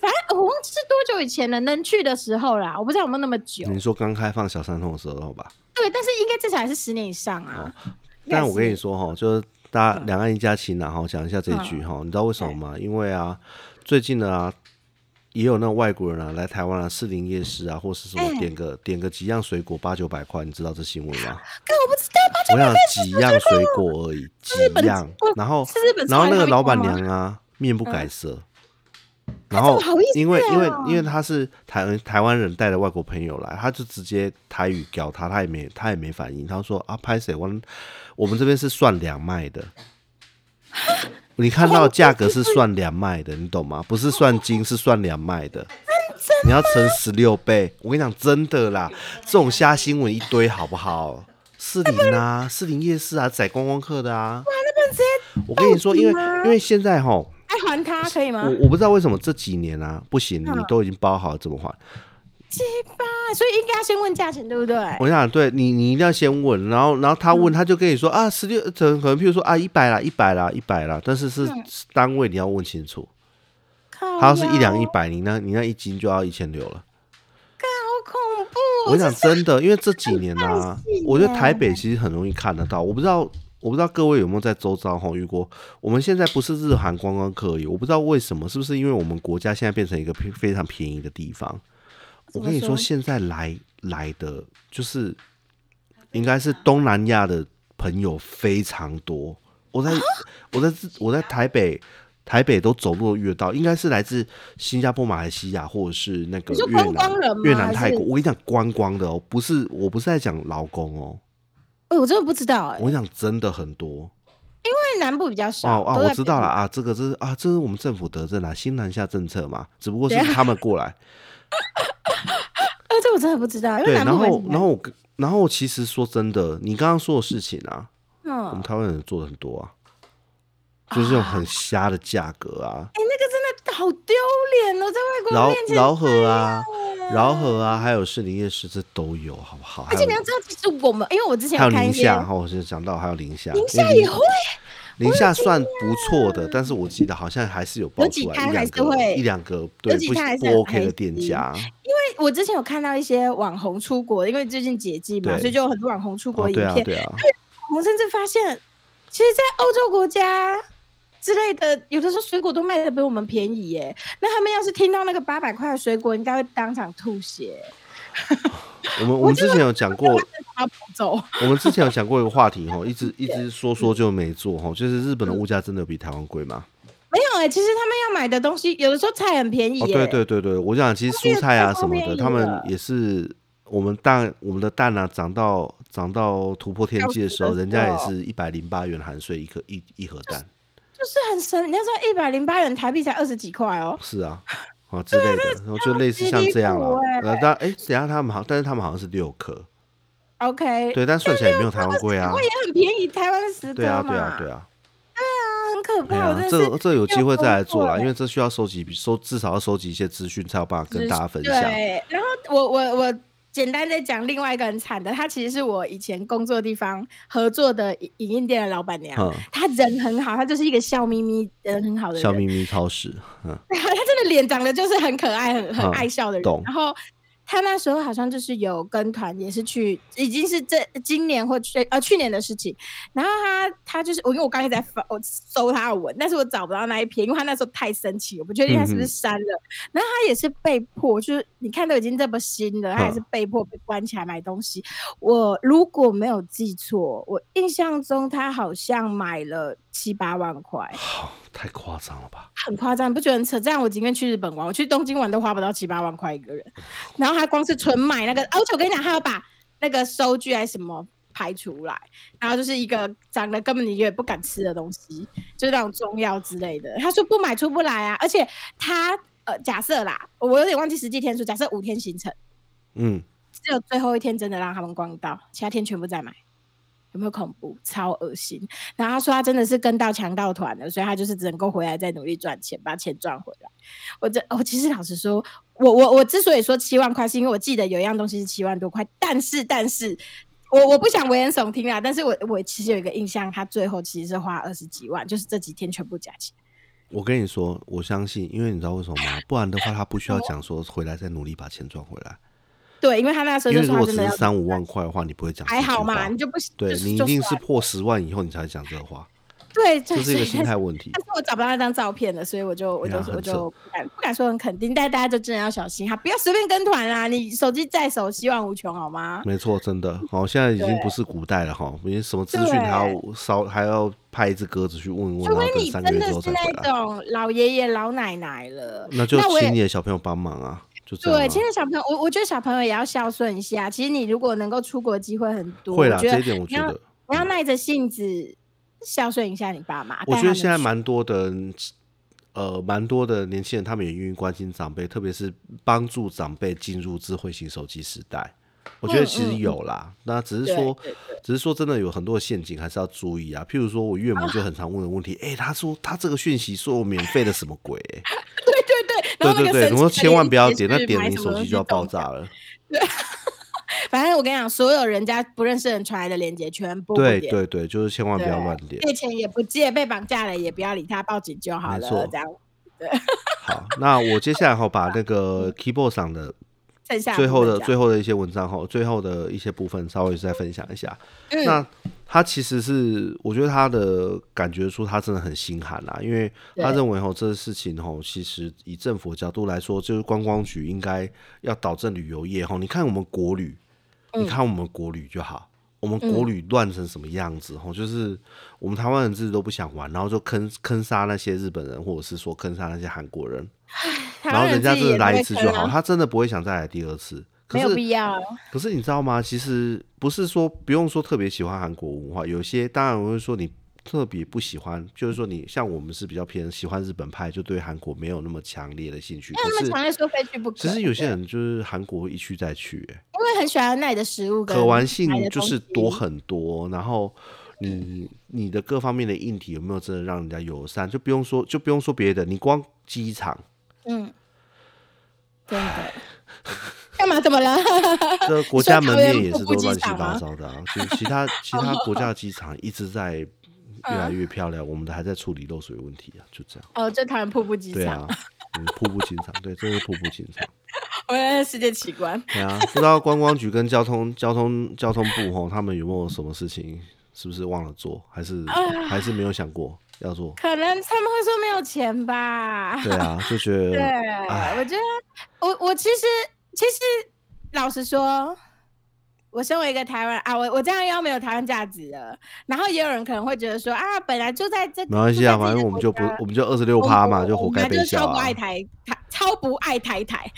Speaker 2: 反正我忘记是多久以前了，能去的时候啦，我不知道有没有那么久。
Speaker 1: 你说刚开放小三通的时候吧，
Speaker 2: 对，但是应该至少还是十年以上
Speaker 1: 哦
Speaker 2: 啊。应该
Speaker 1: 但我跟你
Speaker 2: 是，
Speaker 1: 说哈，就是大
Speaker 2: 嗯
Speaker 1: 家两岸一家亲然后讲一下这一句哈，你知道为什么吗？因为啊，最近呢、啊，也有那种外国人啊来台湾啊，士林夜市啊，或是什么
Speaker 2: 哎
Speaker 1: 点个点个几样水果八九百块，你知道这新闻吗？
Speaker 2: 但我不知道吧？
Speaker 1: 我想几样水果而已，几
Speaker 2: 本
Speaker 1: 样
Speaker 2: 我，
Speaker 1: 然后
Speaker 2: 是日本
Speaker 1: 然后
Speaker 2: 超
Speaker 1: 那个
Speaker 2: 人
Speaker 1: 老板
Speaker 2: 会
Speaker 1: 娘
Speaker 2: 逛嗯
Speaker 1: 啊，面不改色。然
Speaker 2: 这么
Speaker 1: 后
Speaker 2: 好意，
Speaker 1: 因为因为
Speaker 2: 思哦
Speaker 1: 因为他是台台湾人带的外国朋友来，他就直接台语教他，他也没他也没反应，他说啊，拍谁？我们我们这边是算两卖的，
Speaker 2: 啊
Speaker 1: 你看到的价格是算两卖的，你懂吗？不是算斤，是算两卖 的。你要乘十六倍，我跟你讲，真的啦，这种瞎新闻一堆，好不好？士林啊，士林夜市啊，宰观光客的啊。我跟你说，因为因为现在哈，
Speaker 2: 哎，还他可以吗
Speaker 1: 我？我不知道为什么这几年啊不行，
Speaker 2: 嗯
Speaker 1: 你都已经包好了怎么还？
Speaker 2: 鸡巴，所以应该要先问价钱，对不对？
Speaker 1: 我想对你，你一定要先问，然后然后他
Speaker 2: 嗯
Speaker 1: 问，他就跟你说啊，十六，可能可能譬如说啊，一百啦，一百啦，一百啦，但是是
Speaker 2: 嗯
Speaker 1: 单位你要问清楚，
Speaker 2: 靠
Speaker 1: 他要是一两
Speaker 2: 腰
Speaker 1: 一，百，你那你那一斤就要一千六了。
Speaker 2: 干好恐怖！
Speaker 1: 我想真的，因为这几年啊
Speaker 2: 哦太细，
Speaker 1: 我觉得
Speaker 2: 了
Speaker 1: 台北其实很容易看得到。我不知道，我不知道各位有没有在周遭吼遇过？我们现在不是日韩观光客而已，我不知道为什么，是不是因为我们国家现在变成一个非非常便宜的地方？我
Speaker 2: 怎么
Speaker 1: 跟你说，
Speaker 2: 说
Speaker 1: 现在来来的就是应该是东南亚的朋友非常多。我
Speaker 2: 啊
Speaker 1: 在我在我在台北。台北都走路越到，应该是来自新加坡、马来西亚或者是那个
Speaker 2: 你说
Speaker 1: 越南
Speaker 2: 观光人吗、
Speaker 1: 越南、
Speaker 2: 还
Speaker 1: 泰
Speaker 2: 是
Speaker 1: 国，我跟你讲观光的哦，不是我不是在讲劳工哦，
Speaker 2: 哎我真的不知道哎、
Speaker 1: 我跟你讲真的很多
Speaker 2: 因为南部比较少。
Speaker 1: 哦啊，
Speaker 2: 都在
Speaker 1: 我知道
Speaker 2: 北
Speaker 1: 了
Speaker 2: 部。
Speaker 1: 啊，这个这是啊，这是我们政府德政啊，新南下政策嘛，只不过是
Speaker 2: 对啊
Speaker 1: 他们过来，
Speaker 2: 哎、这我真的不知道，因为
Speaker 1: 对，
Speaker 2: 南
Speaker 1: 然
Speaker 2: 部本
Speaker 1: 后
Speaker 2: 身
Speaker 1: 然后我跟然后其实说真的，你刚刚说的事情啊，我们
Speaker 2: 嗯，啊
Speaker 1: 台湾人做的很多啊，就是这种很瞎的价格啊，
Speaker 2: 哎、那个真的好丢脸哦，在外国人
Speaker 1: 饶
Speaker 2: 面前
Speaker 1: 饶河啊，
Speaker 2: 哎呀
Speaker 1: 饶河啊，还有士林夜市这都有，好不好？
Speaker 2: 而
Speaker 1: 还
Speaker 2: 且
Speaker 1: 有
Speaker 2: 你要知道，其实我们因为我之前
Speaker 1: 还有
Speaker 2: 看一
Speaker 1: 宁
Speaker 2: 些
Speaker 1: 夏，哈，哦我就讲到还有宁夏，
Speaker 2: 宁
Speaker 1: 因为
Speaker 2: 夏也会。
Speaker 1: 宁夏算不错的，但是我记得好像还是有爆
Speaker 2: 有几
Speaker 1: 出来
Speaker 2: 摊
Speaker 1: 一
Speaker 2: 还
Speaker 1: 两
Speaker 2: 是
Speaker 1: 个
Speaker 2: 会
Speaker 1: 一两个对
Speaker 2: 几
Speaker 1: 不
Speaker 2: 摊还是
Speaker 1: 不
Speaker 2: 很
Speaker 1: OK 的
Speaker 2: 黑
Speaker 1: 店
Speaker 2: 心
Speaker 1: 家，啊
Speaker 2: 我之前有看到一些网红出国，因为最近解禁嘛，
Speaker 1: 对
Speaker 2: 所以就有很多网红出
Speaker 1: 哦
Speaker 2: 国影
Speaker 1: 对啊
Speaker 2: 片。
Speaker 1: 对啊，
Speaker 2: 我们甚至发现，其实，在欧洲国家之类的，有的时候水果都卖的比我们便宜耶。那他们要是听到那个八百块的水果，应该会当场吐血。
Speaker 1: 我们我们之前有讲过，
Speaker 2: 他跑走，
Speaker 1: 我们之前有讲过一个话题哈，一直一直说说就没做哈，就是日本
Speaker 2: 嗯
Speaker 1: 的物价真的比台湾贵吗？
Speaker 2: 没有哎、其实他们要买的东西，有的时候菜很便宜
Speaker 1: 哦，
Speaker 2: 耶。
Speaker 1: 对对对对，我想其实蔬菜啊什么
Speaker 2: 他们也
Speaker 1: 的，
Speaker 2: 是
Speaker 1: 他
Speaker 2: 超
Speaker 1: 们
Speaker 2: 便宜
Speaker 1: 也是我们蛋我们的蛋啊涨到涨到突破天际的时候，
Speaker 2: 要死的
Speaker 1: 人家也
Speaker 2: 时候
Speaker 1: 是一百零八元含税一颗一一盒 蛋，
Speaker 2: 就是很神。你要知道，一百零八元台币才二十几块哦。
Speaker 1: 是啊。啊之类的，然后就类似像这样了
Speaker 2: 超级离。谱欸
Speaker 1: 然后但哎，等一下他们好像，但是他们好像是六颗，
Speaker 2: OK，
Speaker 1: 对，但算起来也没有台湾贵啊
Speaker 2: 不。过也很便宜，台湾十
Speaker 1: 对
Speaker 2: 颗
Speaker 1: 啊，
Speaker 2: 嘛。
Speaker 1: 对啊，对啊。
Speaker 2: 啊很可
Speaker 1: 哎
Speaker 2: 怕，我
Speaker 1: 呀
Speaker 2: 真，的
Speaker 1: 这
Speaker 2: 是
Speaker 1: 个这个有机会再来做啦，
Speaker 2: 没有工作
Speaker 1: 因为这需要收集收至少要收集一些资讯，才有办法跟大家分享。
Speaker 2: 对，然后我我我简单再讲另外一个很惨的，她其实是我以前工作地方合作的影影印店的老板娘，
Speaker 1: 嗯，
Speaker 2: 她人很好，她就是一个笑眯眯、人很好的人，
Speaker 1: 笑眯眯超市，嗯，
Speaker 2: 她她真的脸长得就是很可 爱、很很
Speaker 1: 嗯
Speaker 2: 爱笑的人。
Speaker 1: 懂
Speaker 2: 然后她那时候好像就是有跟团，也是去，已经是这今年或去呃去年的事情。然后她她就是我，因为我刚才在发我搜她的文，但是我找不到那一篇，因为她那时候太生气，我不确定她是不是
Speaker 1: 嗯哼
Speaker 2: 删了。然后她也是被迫，就是你看都已经这么新了，她还
Speaker 1: 嗯
Speaker 2: 是被迫被关起来买东西。我如果没有记错，我印象中她好像买了七八万块。
Speaker 1: 好，太夸张了吧？
Speaker 2: 很夸张，你不觉得很扯？这样我今天去日本玩，我去东京玩都花不到七八万块一个人，然后他光是纯买那个，而且我跟你讲，他要把那个收据还是什么排出来，然后就是一个长得根本你也不敢吃的东西，就是那种中药之类的。他说不买出不来啊，而且他呃假设啦，我有点忘记实际天数，假设五天行程，
Speaker 1: 嗯，
Speaker 2: 只有最后一天真的让他们逛到，其他天全部在买。有没有恐怖？超恶心！然后他说他真的是跟到强盗团的，所以他就是只能够回来再努力赚钱，把钱赚回来。我这我其实老实说，我我我之所以说七万块，是因为我记得有一样东西是七万多块，但是但是我我不想危言耸听啦，但是我我其实有一个印象，他最后其实是花二十几万，就是这几天全部加起来。
Speaker 1: 我跟你说，我相信，因为你知道为什么吗？不然的话，他不
Speaker 2: 哦
Speaker 1: 需要讲说回来再努力把钱赚回来，
Speaker 2: 对，因为他那时候
Speaker 1: 因
Speaker 2: 就
Speaker 1: 为如
Speaker 2: 说他
Speaker 1: 果
Speaker 2: 真
Speaker 1: 只
Speaker 2: 的
Speaker 1: 是
Speaker 2: 要
Speaker 1: 三五万块的话，你不会讲这
Speaker 2: 还
Speaker 1: 句话。
Speaker 2: 好嘛，你就不
Speaker 1: 对
Speaker 2: 就是
Speaker 1: 你一
Speaker 2: 就
Speaker 1: 定
Speaker 2: 算
Speaker 1: 是
Speaker 2: 了
Speaker 1: 破十万以后你才会讲这话，
Speaker 2: 对，
Speaker 1: 这
Speaker 2: 对
Speaker 1: 是一个
Speaker 2: 所以
Speaker 1: 心态问题。
Speaker 2: 但是我找不到那张照片了，所以我就我就
Speaker 1: 对啊
Speaker 2: 我
Speaker 1: 很扯
Speaker 2: 就不敢不敢说很肯定，但大家就真的要小心哈，不要随便跟团啦、你手机在手，希望无穷，好吗？
Speaker 1: 没错，真的，好，现在已经不是古代了哈，因为什么资讯
Speaker 2: 对
Speaker 1: 还要烧，还要派一只鸽子去问问，然
Speaker 2: 除
Speaker 1: 后
Speaker 2: 非
Speaker 1: 等
Speaker 2: 你
Speaker 1: 三
Speaker 2: 真
Speaker 1: 个月
Speaker 2: 的
Speaker 1: 之后
Speaker 2: 是
Speaker 1: 才回
Speaker 2: 那
Speaker 1: 来，
Speaker 2: 种老爷爷老奶奶了，
Speaker 1: 那就
Speaker 2: 我
Speaker 1: 请
Speaker 2: 也
Speaker 1: 你的小朋友帮忙啊，就这样、
Speaker 2: 对，
Speaker 1: 啊。
Speaker 2: 亲爱的小朋友，我我觉得小朋友也要孝顺一下。其实你如果能够出国，机会很多。
Speaker 1: 会啦，
Speaker 2: 我觉
Speaker 1: 这
Speaker 2: 得
Speaker 1: 一点我觉
Speaker 2: 要
Speaker 1: 得，
Speaker 2: 你要耐着性子孝顺一下你爸妈。
Speaker 1: 我
Speaker 2: 啊
Speaker 1: 觉
Speaker 2: 带
Speaker 1: 得
Speaker 2: 他
Speaker 1: 现在
Speaker 2: 们去
Speaker 1: 蛮多的人，呃，蛮多的年轻人，他们也愿意关心长辈，特别是帮助长辈进入智慧型手机时代。我觉得
Speaker 2: 嗯
Speaker 1: 其实
Speaker 2: 嗯
Speaker 1: 有啦，那只是
Speaker 2: 对
Speaker 1: 说
Speaker 2: 对对，
Speaker 1: 只是说真的有很多的陷阱，还是要注意啊。譬如说，我岳母就很常问的问题，哎、她说她这个讯息说我免费的什么鬼、欸？
Speaker 2: 对对对，然
Speaker 1: 对
Speaker 2: 后那
Speaker 1: 对
Speaker 2: 个
Speaker 1: 对，
Speaker 2: 神
Speaker 1: 我
Speaker 2: 奇
Speaker 1: 说
Speaker 2: 的
Speaker 1: 千万不要
Speaker 2: 链接
Speaker 1: 点，那
Speaker 2: 去买
Speaker 1: 点你
Speaker 2: 什么
Speaker 1: 手
Speaker 2: 东
Speaker 1: 机
Speaker 2: 西
Speaker 1: 就要
Speaker 2: 都
Speaker 1: 爆炸了。
Speaker 2: 反正我跟你讲，所有人家不认识的人传来的链接全部不
Speaker 1: 对
Speaker 2: 点
Speaker 1: 对对，就是千万不要
Speaker 2: 对
Speaker 1: 乱点。
Speaker 2: 借钱也不借，被绑架了也不要理他，报警就好
Speaker 1: 没错
Speaker 2: 了。这样
Speaker 1: 好，那我接下来哈把那个 keyboard 上的
Speaker 2: 剩下
Speaker 1: 最后的
Speaker 2: 部分
Speaker 1: 最后的一些文章哈，最后的一些部分稍微再分享一下。
Speaker 2: 讲
Speaker 1: 那他其实是，我觉得他的感觉出他真的很心寒啦、因为他
Speaker 2: 对
Speaker 1: 认为吼这个事情吼，其实以政府的角度来说，就是观光局应该要导正旅游业吼。你看我们国旅，
Speaker 2: 嗯
Speaker 1: 你看我们国旅就好，我们国旅乱成什么样子吼，就是我们台湾人自己都不想玩，然后就坑坑杀那些日本人，或者是说坑杀那些韩国人，
Speaker 2: 台
Speaker 1: 然后
Speaker 2: 湾
Speaker 1: 人家
Speaker 2: 自
Speaker 1: 真
Speaker 2: 己
Speaker 1: 的
Speaker 2: 也不
Speaker 1: 来一
Speaker 2: 会
Speaker 1: 次
Speaker 2: 坑
Speaker 1: 就好，
Speaker 2: 啊，
Speaker 1: 他真的不会想再来第二次。可
Speaker 2: 没有
Speaker 1: 是
Speaker 2: 必要。啊
Speaker 1: 可是你知道吗？其实不是说不用说特别喜欢韩国文化，有些当然我会说你特别不喜欢，就是说你像我们是比较偏喜欢日本派，就对韩国没有那么强烈的兴趣。
Speaker 2: 那他
Speaker 1: 可
Speaker 2: 们
Speaker 1: 是
Speaker 2: 常会说非去不可，
Speaker 1: 其实有些人就是韩国一去再去、欸
Speaker 2: 因为很喜欢那里的食物跟
Speaker 1: 可玩
Speaker 2: 买
Speaker 1: 性
Speaker 2: 的
Speaker 1: 就
Speaker 2: 东
Speaker 1: 是
Speaker 2: 西
Speaker 1: 多很多，然后你你的各方面的硬体有没有真的让人家友善？就不用说就不用说别的，你光机场，
Speaker 2: 嗯，真的。干嘛？怎么了？
Speaker 1: 这国家门面也是都
Speaker 2: 你说
Speaker 1: 乱
Speaker 2: 桃园
Speaker 1: 七八糟的啊，就是其 他其他国
Speaker 2: 哦
Speaker 1: 家的机场一直在越
Speaker 2: 嗯
Speaker 1: 来越漂亮，我们的还在处理漏水问题啊，就这样。
Speaker 2: 哦，就讨厌瀑布机
Speaker 1: 对
Speaker 2: 场，
Speaker 1: 啊，嗯，瀑布清场，对，这是瀑布清场。
Speaker 2: 我的世界奇观。
Speaker 1: 对啊，不知道观光局跟交通交通交通部吼，他们有没有什么事情是不是忘了做，还是、
Speaker 2: 啊
Speaker 1: 还是没有想过要做？
Speaker 2: 可能他们会说没有钱吧。
Speaker 1: 对啊，就 觉得
Speaker 2: 对，
Speaker 1: 哎，
Speaker 2: 我觉得我我其实其实老实说，我身为一个台湾啊，我我这样又没有台湾价值了。然后也有人可能会觉得说啊，本来就在这，
Speaker 1: 没关系啊，
Speaker 2: 住在
Speaker 1: 反
Speaker 2: 自己
Speaker 1: 正
Speaker 2: 的
Speaker 1: 我们就不
Speaker 2: 国家
Speaker 1: 我们就二十六趴嘛，
Speaker 2: 我
Speaker 1: 就活该
Speaker 2: 我们
Speaker 1: 被
Speaker 2: 就
Speaker 1: 笑
Speaker 2: 超不
Speaker 1: 啊
Speaker 2: 爱。台台，超不爱台台。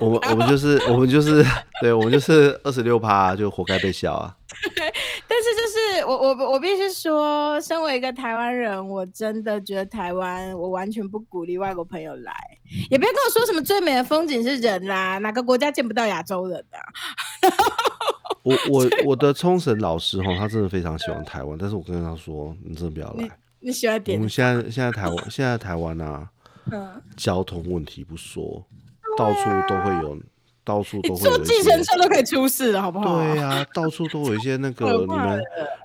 Speaker 1: 我们我们就是我们就是 对，我们就是二十六趴，就活该被笑啊。
Speaker 2: 但是就是我我我必须说，身为一个台湾人，我真的觉得台湾，我完全不鼓励外国朋友来，也不要跟我说什么最美的风景是人啦、哪个国家见不到亚洲人啊？
Speaker 1: 我 我我的冲绳老师哈，他真的非常喜欢台湾，但是我跟他说，你真的不要来。
Speaker 2: 你喜欢
Speaker 1: 我
Speaker 2: 点
Speaker 1: 们现在现在台湾现在台湾啊，
Speaker 2: 嗯。
Speaker 1: 交通问题不说，到处都会有，到处都
Speaker 2: 你
Speaker 1: 会
Speaker 2: 坐
Speaker 1: 有一
Speaker 2: 计程
Speaker 1: 些。
Speaker 2: 车都可以出事了，好不好？
Speaker 1: 对啊呀、到处都有一 些那个
Speaker 2: 可
Speaker 1: 你
Speaker 2: 怕
Speaker 1: 们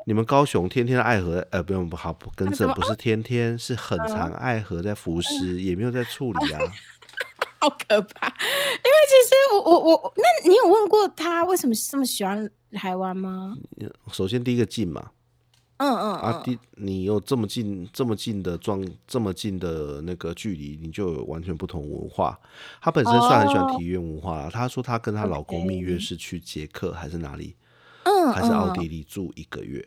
Speaker 1: 你们高雄天天的爱河，呃，不用不好，不更
Speaker 2: 啊什
Speaker 1: 正
Speaker 2: 么啊嗯
Speaker 1: 不是天天，是很长爱河在服尸，也没有在处理 啊。
Speaker 2: 好可怕。因为其实我我我，那你有问过他为什么这么喜欢台湾吗？
Speaker 1: 首先第一个近嘛，
Speaker 2: 嗯嗯
Speaker 1: 啊，
Speaker 2: 嗯，
Speaker 1: 第你有这么近这么近的状这么近的那个距离，你就有完全不同文化。她本身算很喜欢
Speaker 2: 哦
Speaker 1: 体育文化啦，她说她跟她老公
Speaker 2: OK
Speaker 1: 蜜月是去捷克还是哪里，
Speaker 2: 嗯
Speaker 1: 还是奥
Speaker 2: 嗯
Speaker 1: 地利住一个月，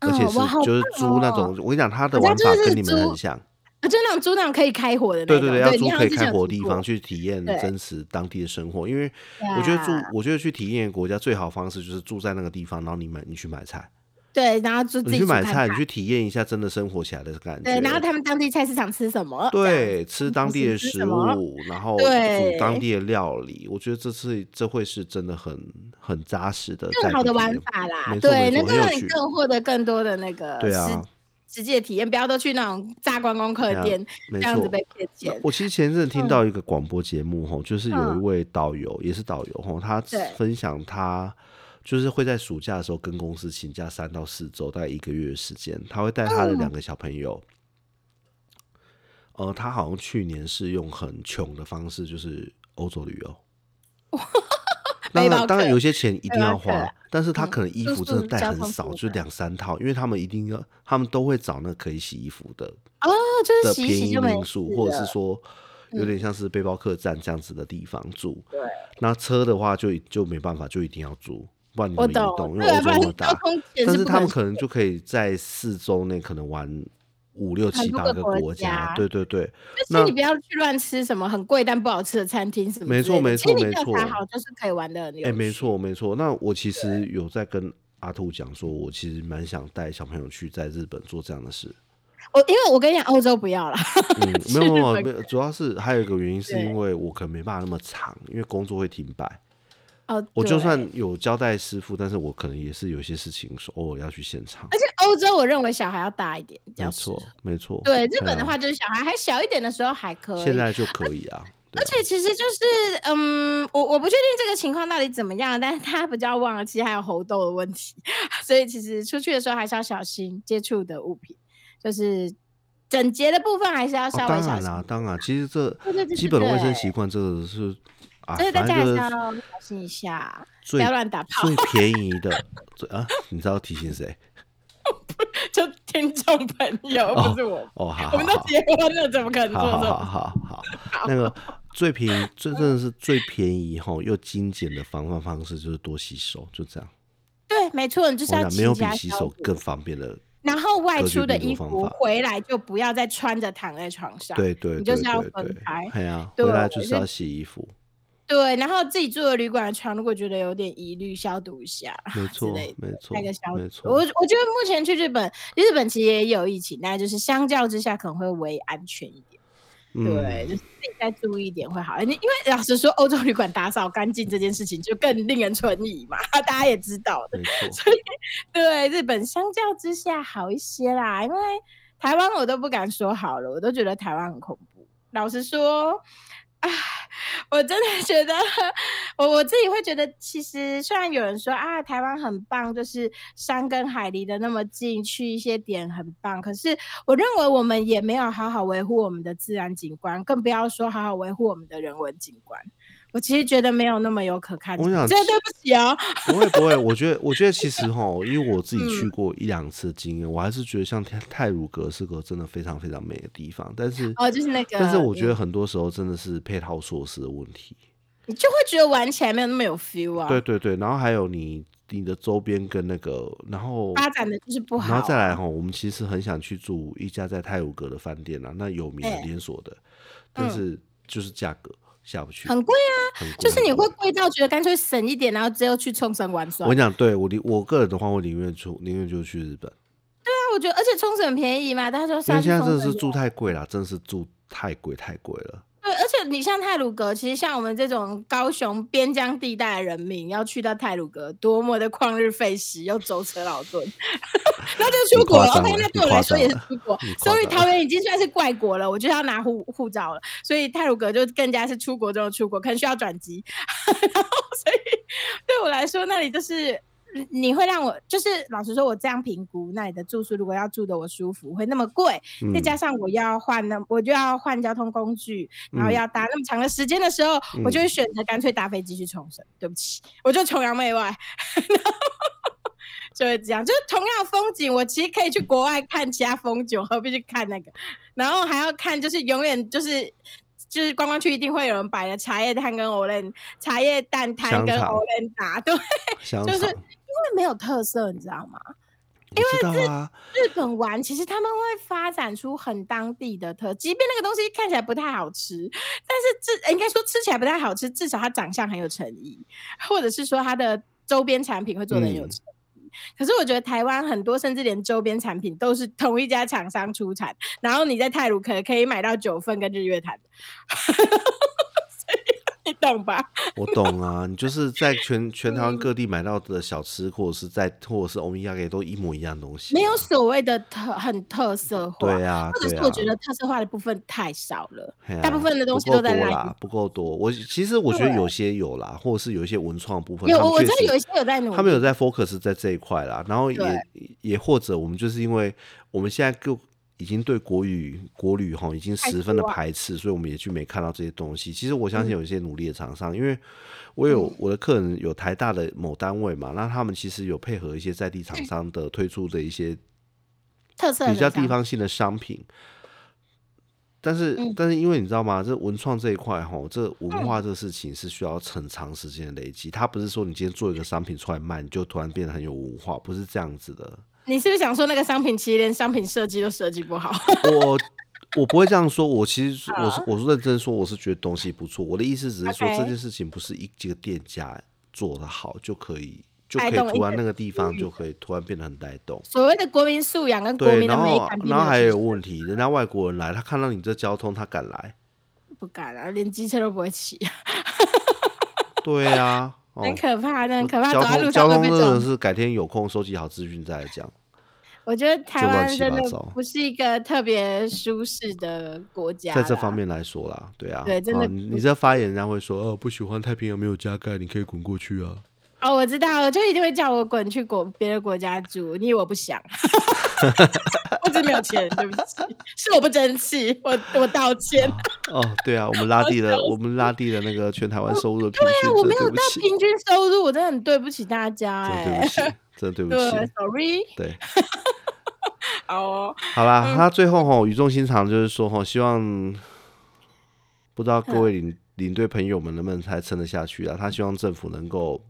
Speaker 2: 嗯
Speaker 1: 而且是
Speaker 2: 哇好
Speaker 1: 就是
Speaker 2: 棒
Speaker 1: 租那
Speaker 2: 哦
Speaker 1: 种，我跟你讲，她的
Speaker 2: 人家
Speaker 1: 玩
Speaker 2: 就
Speaker 1: 法
Speaker 2: 是
Speaker 1: 跟你们
Speaker 2: 租
Speaker 1: 很像。
Speaker 2: 啊就那种租那种可以开火的那
Speaker 1: 对
Speaker 2: 种，
Speaker 1: 对对，要租
Speaker 2: 你
Speaker 1: 可
Speaker 2: 好像
Speaker 1: 以
Speaker 2: 之前
Speaker 1: 开
Speaker 2: 有
Speaker 1: 火的
Speaker 2: 提
Speaker 1: 地
Speaker 2: 过
Speaker 1: 方，去体验
Speaker 2: 对
Speaker 1: 真实当地的生活，因为我觉得住，我觉得去体验国家最好的方式就是住在那个地方，然后你买你去买菜，
Speaker 2: 对，然后租自
Speaker 1: 你
Speaker 2: 己
Speaker 1: 去
Speaker 2: 煮
Speaker 1: 买
Speaker 2: 看
Speaker 1: 菜，你
Speaker 2: 看
Speaker 1: 去体验一下真的生活起来的感
Speaker 2: 对，然后
Speaker 1: 觉。
Speaker 2: 他们当地菜市场吃什么？这样，
Speaker 1: 对，吃当地的
Speaker 2: 吃
Speaker 1: 食
Speaker 2: 什么
Speaker 1: 物，然后煮
Speaker 2: 对
Speaker 1: 当地的料理，我觉得这次这会是真的很很扎实的在
Speaker 2: 更好
Speaker 1: 地
Speaker 2: 的
Speaker 1: 体
Speaker 2: 玩
Speaker 1: 验
Speaker 2: 法啦
Speaker 1: 没，错没
Speaker 2: 对，能
Speaker 1: 错
Speaker 2: 够
Speaker 1: 很有
Speaker 2: 让你
Speaker 1: 趣
Speaker 2: 更获得更多的那个
Speaker 1: 对啊
Speaker 2: 实实际的体验，不要都去那种炸观光客
Speaker 1: 对啊
Speaker 2: 店
Speaker 1: 没
Speaker 2: 这样子
Speaker 1: 错。
Speaker 2: 被骗
Speaker 1: 那
Speaker 2: 钱。
Speaker 1: 我其实前阵听到一个广播节目吼，就是有一
Speaker 2: 嗯
Speaker 1: 位导游，也是导游吼，他
Speaker 2: 对
Speaker 1: 分享他就是会在暑假的时候跟公司请假三到四周，大概一个月的时间，他会带他的
Speaker 2: 嗯
Speaker 1: 两个小朋友。呃，他好像去年是用很穷的方式，就是欧洲 旅游。当
Speaker 2: 背包
Speaker 1: 然，
Speaker 2: 客
Speaker 1: 当然有些钱一定要
Speaker 2: 背包
Speaker 1: 花
Speaker 2: 客，
Speaker 1: 但是他
Speaker 2: 嗯
Speaker 1: 可能衣
Speaker 2: 住
Speaker 1: 服真的
Speaker 2: 宿
Speaker 1: 带
Speaker 2: 交
Speaker 1: 很
Speaker 2: 通
Speaker 1: 少，
Speaker 2: 服务
Speaker 1: 就
Speaker 2: 的
Speaker 1: 两三套，因为他们一定要，他们都会找那可以洗衣服的
Speaker 2: 哦，就是
Speaker 1: 的
Speaker 2: 洗
Speaker 1: 便
Speaker 2: 一洗
Speaker 1: 宜
Speaker 2: 就没
Speaker 1: 民宿，
Speaker 2: 事
Speaker 1: 或者
Speaker 2: 了
Speaker 1: 是说有
Speaker 2: 嗯
Speaker 1: 点像是背包客栈这样子的地方住。
Speaker 2: 对，
Speaker 1: 那车的话就就没办法，就一定要租，不然你
Speaker 2: 我
Speaker 1: 怎么移动？
Speaker 2: 懂，
Speaker 1: 因
Speaker 2: 对
Speaker 1: 为欧
Speaker 2: 啊，
Speaker 1: 洲
Speaker 2: 不然
Speaker 1: 那么
Speaker 2: 交
Speaker 1: 大，
Speaker 2: 通钱
Speaker 1: 但
Speaker 2: 是
Speaker 1: 是
Speaker 2: 不
Speaker 1: 他
Speaker 2: 可
Speaker 1: 们
Speaker 2: 能
Speaker 1: 可能就可以在四周内可能玩五六
Speaker 2: 很
Speaker 1: 七
Speaker 2: 多
Speaker 1: 八
Speaker 2: 个
Speaker 1: 个
Speaker 2: 国
Speaker 1: 国家
Speaker 2: 家。
Speaker 1: 对对对，
Speaker 2: 就是
Speaker 1: 那
Speaker 2: 你不要去乱吃什么很贵但不好吃的餐厅什么之类的。
Speaker 1: 没错没
Speaker 2: 其实
Speaker 1: 错
Speaker 2: 你
Speaker 1: 没
Speaker 2: 调
Speaker 1: 错
Speaker 2: 查好就是可以玩的很有
Speaker 1: 哎，没
Speaker 2: 趣。
Speaker 1: 错没错。那我其实有在跟阿兔讲说，我其实蛮想带小朋友去在日本做这样的 事。
Speaker 2: 我因为我跟你讲，欧洲不要了。
Speaker 1: 嗯，没有没有
Speaker 2: 日本
Speaker 1: 没有，主要是还有一个原因是
Speaker 2: 对
Speaker 1: 因为我可能没办法那么长，因为工作会停摆。
Speaker 2: 哦，
Speaker 1: 我就
Speaker 2: 对
Speaker 1: 算有交代师傅，但是我可能也是有些事情说偶尔要去现场。
Speaker 2: 而且欧洲，我认为小孩要大一点比较
Speaker 1: 没
Speaker 2: 适合
Speaker 1: 错，没错。
Speaker 2: 对日本
Speaker 1: 啊
Speaker 2: 的话，就是小孩还小一点的时候还可以。
Speaker 1: 现在就可以啊。对
Speaker 2: 而且其实就是，嗯，我我不确定这个情况到底怎么样，但是他比较忘了，其实还有猴痘的问题， 所以其实出去的时候还是要小心接触的物品，就是整洁的部分还是要
Speaker 1: 啊
Speaker 2: 稍微
Speaker 1: 当
Speaker 2: 小
Speaker 1: 然
Speaker 2: 心。
Speaker 1: 啦、当然，其实这
Speaker 2: 对对对对
Speaker 1: 基本的卫生
Speaker 2: 对
Speaker 1: 习惯，这个是啊，
Speaker 2: 所以大
Speaker 1: 反
Speaker 2: 家还
Speaker 1: 正就是是
Speaker 2: 要小心一下，不
Speaker 1: 最
Speaker 2: 要乱打炮。
Speaker 1: 最便宜的，最啊，你知道提醒谁？
Speaker 2: 就听众朋友，
Speaker 1: 哦
Speaker 2: 不是我，
Speaker 1: 哦，好
Speaker 2: 我
Speaker 1: 好
Speaker 2: 们都
Speaker 1: 好，
Speaker 2: 结婚了，怎么可能做
Speaker 1: 好
Speaker 2: 这
Speaker 1: 好好
Speaker 2: 种？
Speaker 1: 好好，那个最便宜，最真 的是最便宜吼又精简的防范方式就是多洗手，就这样。
Speaker 2: 对，没错，你就是
Speaker 1: 我跟你讲，没
Speaker 2: 要
Speaker 1: 有
Speaker 2: 勤
Speaker 1: 比
Speaker 2: 加
Speaker 1: 洗
Speaker 2: 消
Speaker 1: 手
Speaker 2: 毒
Speaker 1: 更方便的。
Speaker 2: 然后外
Speaker 1: 格局
Speaker 2: 出的
Speaker 1: 更多
Speaker 2: 衣
Speaker 1: 方
Speaker 2: 服
Speaker 1: 法
Speaker 2: 回来就不要再穿着躺在床上。
Speaker 1: 对对对
Speaker 2: 你就
Speaker 1: 对
Speaker 2: 是要
Speaker 1: 对
Speaker 2: 分开，
Speaker 1: 哎呀，
Speaker 2: 对
Speaker 1: 回来
Speaker 2: 我
Speaker 1: 就是
Speaker 2: 觉得
Speaker 1: 要洗衣 服，
Speaker 2: 对，然后自己住的旅馆的床，如果觉得有点疑虑，消毒一下
Speaker 1: 没
Speaker 2: 之
Speaker 1: 错
Speaker 2: 类的。
Speaker 1: 没错
Speaker 2: 那个消
Speaker 1: 没
Speaker 2: 毒，
Speaker 1: 错
Speaker 2: 我。我觉得目前去日本，日本其实也有疫情，但就是相较之下可能会微安全一点。对，
Speaker 1: 嗯
Speaker 2: 就，是自己再注意一点会好。你因为老实说，欧洲旅馆打扫干净这件事情就更令人存疑嘛， 大家也知道的。
Speaker 1: 没错。
Speaker 2: 所以对日本相较之下好一些啦，因为台湾我都不敢说好了，我都觉得台湾很恐怖。老实说，唉，我真的 觉得我我自己会觉得，其实虽然有人说啊，台湾很棒，就是山跟海离得那么近，去一些点很棒，可是我认为我们也没有好好维护我们的自然景观，更不要说好好维护我们的人文景观。我其实觉得没有那么有可看性。
Speaker 1: 我想
Speaker 2: 真的对不起哦，
Speaker 1: 不会不会，我觉得我觉得其 实吼，因为我自己
Speaker 2: 嗯
Speaker 1: 去过一两次经验，我还是觉得像泰泰鲁格是个真的非常非常美的地方，但是
Speaker 2: 哦，就是那个，
Speaker 1: 但是我觉得很多时候真的是配套措施的问题。
Speaker 2: 你就会觉得玩起来没有那么有 feel 啊。
Speaker 1: 对，对对，然后还有你你的周边跟那个，然后
Speaker 2: 发展的就是不好啊。
Speaker 1: 然后再来哈，我们其实很想去住一家在泰晤阁的饭店啊，那有名的
Speaker 2: 对
Speaker 1: 连锁的，但
Speaker 2: 嗯
Speaker 1: 是就是价格下不去，
Speaker 2: 很贵啊，
Speaker 1: 很贵
Speaker 2: 就是你
Speaker 1: 很
Speaker 2: 会
Speaker 1: 贵
Speaker 2: 贵到觉得干脆省一点，然后之后去冲绳玩
Speaker 1: 我
Speaker 2: 算。
Speaker 1: 跟
Speaker 2: 了。
Speaker 1: 你讲，对我宁我个人的话，我宁愿出，宁愿就去日本，
Speaker 2: 对啊，我觉得而且冲绳很便宜嘛，大家说
Speaker 1: 因为
Speaker 2: 现
Speaker 1: 现在真的是
Speaker 2: 啊
Speaker 1: 住太贵了，真的是住太贵太贵了。
Speaker 2: 对，而且你像泰鲁阁，其实像我们这种高雄边疆地带的人民，要去到泰鲁阁，多么的旷日费时，又舟车劳顿， 那就出国了。
Speaker 1: 你夸张了
Speaker 2: OK，那对我来说也是
Speaker 1: 你
Speaker 2: 出国
Speaker 1: 你。夸张
Speaker 2: Sorry，
Speaker 1: 了
Speaker 2: 桃园已经算是怪国了，我就要拿护护照了，所以泰鲁阁就更加是出国中的出国，可能需要转机。 然后，所以对我来说，那里就是。你会让我就是老实说，我这样评估，那里的住宿如果要住的我舒服，会那么贵，
Speaker 1: 嗯
Speaker 2: 再，加上我要换那，我就要换交通工具，然后
Speaker 1: 嗯
Speaker 2: 要搭那么长的时间的时候，我就会选择干脆搭飞机去冲绳。对不起，我就崇洋媚外，然后 就会这样。就是同样的风景，我其实可以去国外看其他风景，我何必去看那个？然后还要看，就是永远就是。就是观光区一定会有人摆的茶叶摊跟欧莲茶叶蛋摊
Speaker 1: 香
Speaker 2: 跟
Speaker 1: 肠
Speaker 2: 欧莲达，对，因
Speaker 1: 香
Speaker 2: 就是
Speaker 1: 肠，
Speaker 2: 为没有特色，你知道吗？
Speaker 1: 我知道啊，
Speaker 2: 日本玩，其实他们会发展出很当地的特，即便那个东西看起来不太好吃，但是至呃应该说吃起来不太好吃，至少它长相很有诚意，或者是说它的周边产品会做的很有
Speaker 1: 嗯
Speaker 2: 诚意。可是我觉得台湾很多，甚至连周边产品都是同一家厂商出产，然后你在泰鲁可可以买到九份跟日月潭， 所以你 懂吧？
Speaker 1: 我懂啊，你就是在全全台
Speaker 2: 嗯
Speaker 1: 湾各地买到的小吃，或者是在或者是欧米亚给都一模一样的东西啊，
Speaker 2: 没有所谓的特很特色化，
Speaker 1: 对啊，
Speaker 2: 或者
Speaker 1: 对啊，
Speaker 2: 是我觉得特色化的部分太少了。
Speaker 1: 嘿啊
Speaker 2: 大部分的东西
Speaker 1: 不够
Speaker 2: 都在
Speaker 1: 多
Speaker 2: 烂
Speaker 1: 啦，不够多。我其实我觉得有些有啦，或者是有一些文创部分，
Speaker 2: 有
Speaker 1: 他们
Speaker 2: 我知
Speaker 1: 确
Speaker 2: 道
Speaker 1: 实
Speaker 2: 有一些有在努力，
Speaker 1: 他们有在 focus 在这一块啦，然后
Speaker 2: 对
Speaker 1: 也也或者我们就是因为我们现在就已经对国语国旅哈已经
Speaker 2: 太
Speaker 1: 十分的
Speaker 2: 失望
Speaker 1: 排斥，所以我们也去没看到这些东西。其实我相信
Speaker 2: 嗯
Speaker 1: 有一些努力的厂商，因为我有我的客人有台大的某单位嘛，那他们其实有配合一些在地厂商的推出的一些
Speaker 2: 特色的
Speaker 1: 比较地
Speaker 2: 地方
Speaker 1: 方性的商品。但是，
Speaker 2: 嗯
Speaker 1: 但是因为你知道吗？这文创这一块，吼，这文化这个事情是需要很长时间的累积。它不是说你今天做一个商品出来卖，你就突然变得很有文化，不是这样子 的。
Speaker 2: 你是不是想说那个商品其实连商品设计都设计不好？
Speaker 1: 我我不会这样说，我其实我是
Speaker 2: 好
Speaker 1: 我是认真说，我是觉得东西不错。我的意思只是说
Speaker 2: 啊 OK
Speaker 1: 这件事情不是一几个店家做的好就可以，就可
Speaker 2: I
Speaker 1: 以
Speaker 2: don't
Speaker 1: 突然
Speaker 2: even-
Speaker 1: 那个地方就可以突然变得很带动。
Speaker 2: 所谓的国民素养嗯跟国
Speaker 1: 对，
Speaker 2: 民的
Speaker 1: 然
Speaker 2: 美
Speaker 1: 后
Speaker 2: 感，
Speaker 1: 然后还有问题，人家外国人来，他看到你这交通，他敢来。
Speaker 2: 不敢啊，连机车都不会骑，
Speaker 1: 对啊，哦
Speaker 2: 很可怕，那很可怕。走
Speaker 1: 交
Speaker 2: 在路
Speaker 1: 通
Speaker 2: 上
Speaker 1: 交
Speaker 2: 都
Speaker 1: 通
Speaker 2: 被
Speaker 1: 真的
Speaker 2: 撞。
Speaker 1: 是改天有空收集好资讯再来讲。
Speaker 2: 我觉得台
Speaker 1: 就乱
Speaker 2: 湾
Speaker 1: 七
Speaker 2: 真
Speaker 1: 八
Speaker 2: 的
Speaker 1: 糟
Speaker 2: 不是一个特别舒适的国家啦，
Speaker 1: 在这方面来说啦，对啊，
Speaker 2: 对真的
Speaker 1: 啊你你这发言人家会说，哦，不喜欢太平洋没有加盖，你可以滚过去啊。
Speaker 2: 哦，我知道了，就一定会叫我滚去国别的国家住，你以为我不想？ 我只是没有钱，对不起， 是我不争气，我我道歉。
Speaker 1: 哦，对啊，我们拉低了，我们拉低了那个全台湾收入的平均
Speaker 2: 哦啊我
Speaker 1: 值，
Speaker 2: 没
Speaker 1: 对
Speaker 2: 有
Speaker 1: 不
Speaker 2: 到
Speaker 1: 起，
Speaker 2: 平均收入，我真的很哦对不起大家
Speaker 1: 真的
Speaker 2: 哎、
Speaker 1: 对不起，真的对不
Speaker 2: 对
Speaker 1: 起。
Speaker 2: ，sorry，
Speaker 1: 对，
Speaker 2: 好哦，
Speaker 1: 好啦，他最后吼语重心长就是说吼，希望不知道各位领领队朋友们能不能才撑得下去啊？他希望政府能够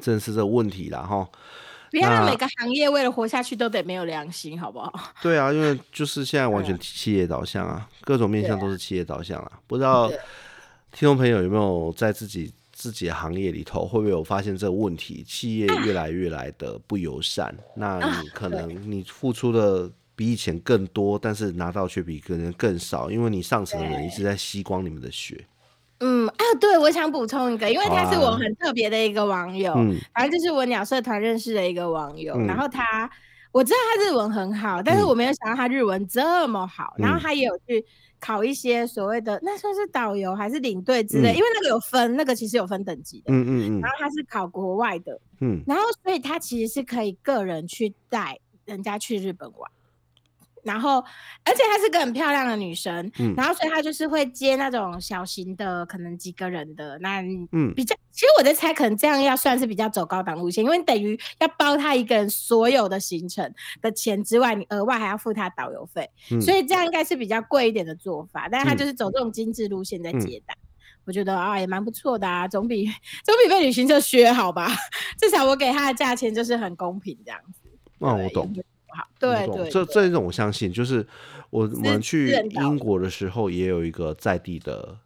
Speaker 1: 正视这个问题啦，吼。
Speaker 2: 不要让
Speaker 1: 那
Speaker 2: 每个行业为了活下去都得没有良心，好不好？
Speaker 1: 对啊，因为就是现在完全企业导向啊，各种面向都是企业导向啊。不知道听众朋友有没有在自己自己的行业里头，会不会有发现这个问题？企业越来越来的不友善，那你可能你付出的比以前更多，但是拿到却比可能更少，因为你上层的人一直在吸光你们的血。
Speaker 2: 嗯啊，对，我想补充一个，因为他是
Speaker 1: 好啊
Speaker 2: 我很特别的一个网友，
Speaker 1: 嗯
Speaker 2: 反正就是我鸟社团认识的一个网友，
Speaker 1: 嗯
Speaker 2: 然后他我知道他日文很好，但是
Speaker 1: 嗯
Speaker 2: 我没有想到他日文这么好，然后
Speaker 1: 嗯
Speaker 2: 他也有去考一些所谓的那算是导游还是领队之类，
Speaker 1: 嗯
Speaker 2: 因为那个有分，那个其实有分等级的，
Speaker 1: 嗯嗯嗯
Speaker 2: 然后他是考国外的，
Speaker 1: 嗯，
Speaker 2: 然后所以他其实是可以个人去带人家去日本玩。然后而且她是个很漂亮的女生，
Speaker 1: 嗯
Speaker 2: 然后所以她就是会接那种小型的，可能几个人的那你
Speaker 1: 嗯
Speaker 2: 比较。其实我在猜，可能这样要算是比较走高档路线，因为你等于要包她一个人所有的行程的钱之外，你额外还要付她导游费，
Speaker 1: 嗯
Speaker 2: 所以这样应该是比较贵一点的做法。但是她
Speaker 1: 嗯
Speaker 2: 就是走这种精致路线在
Speaker 1: 嗯
Speaker 2: 接单。我觉得啊、也蛮不错的啊，总比总比被旅行社削好吧？至少我给他的价钱就是很公平这样子。
Speaker 1: 那
Speaker 2: 对
Speaker 1: 哦我懂。。
Speaker 2: 好，
Speaker 1: 我
Speaker 2: 对
Speaker 1: 懂
Speaker 2: 对，
Speaker 1: 这
Speaker 2: 对
Speaker 1: 这一种我相信，就是我我们去
Speaker 2: 私人导游
Speaker 1: 英国的时候，也有一个在地的，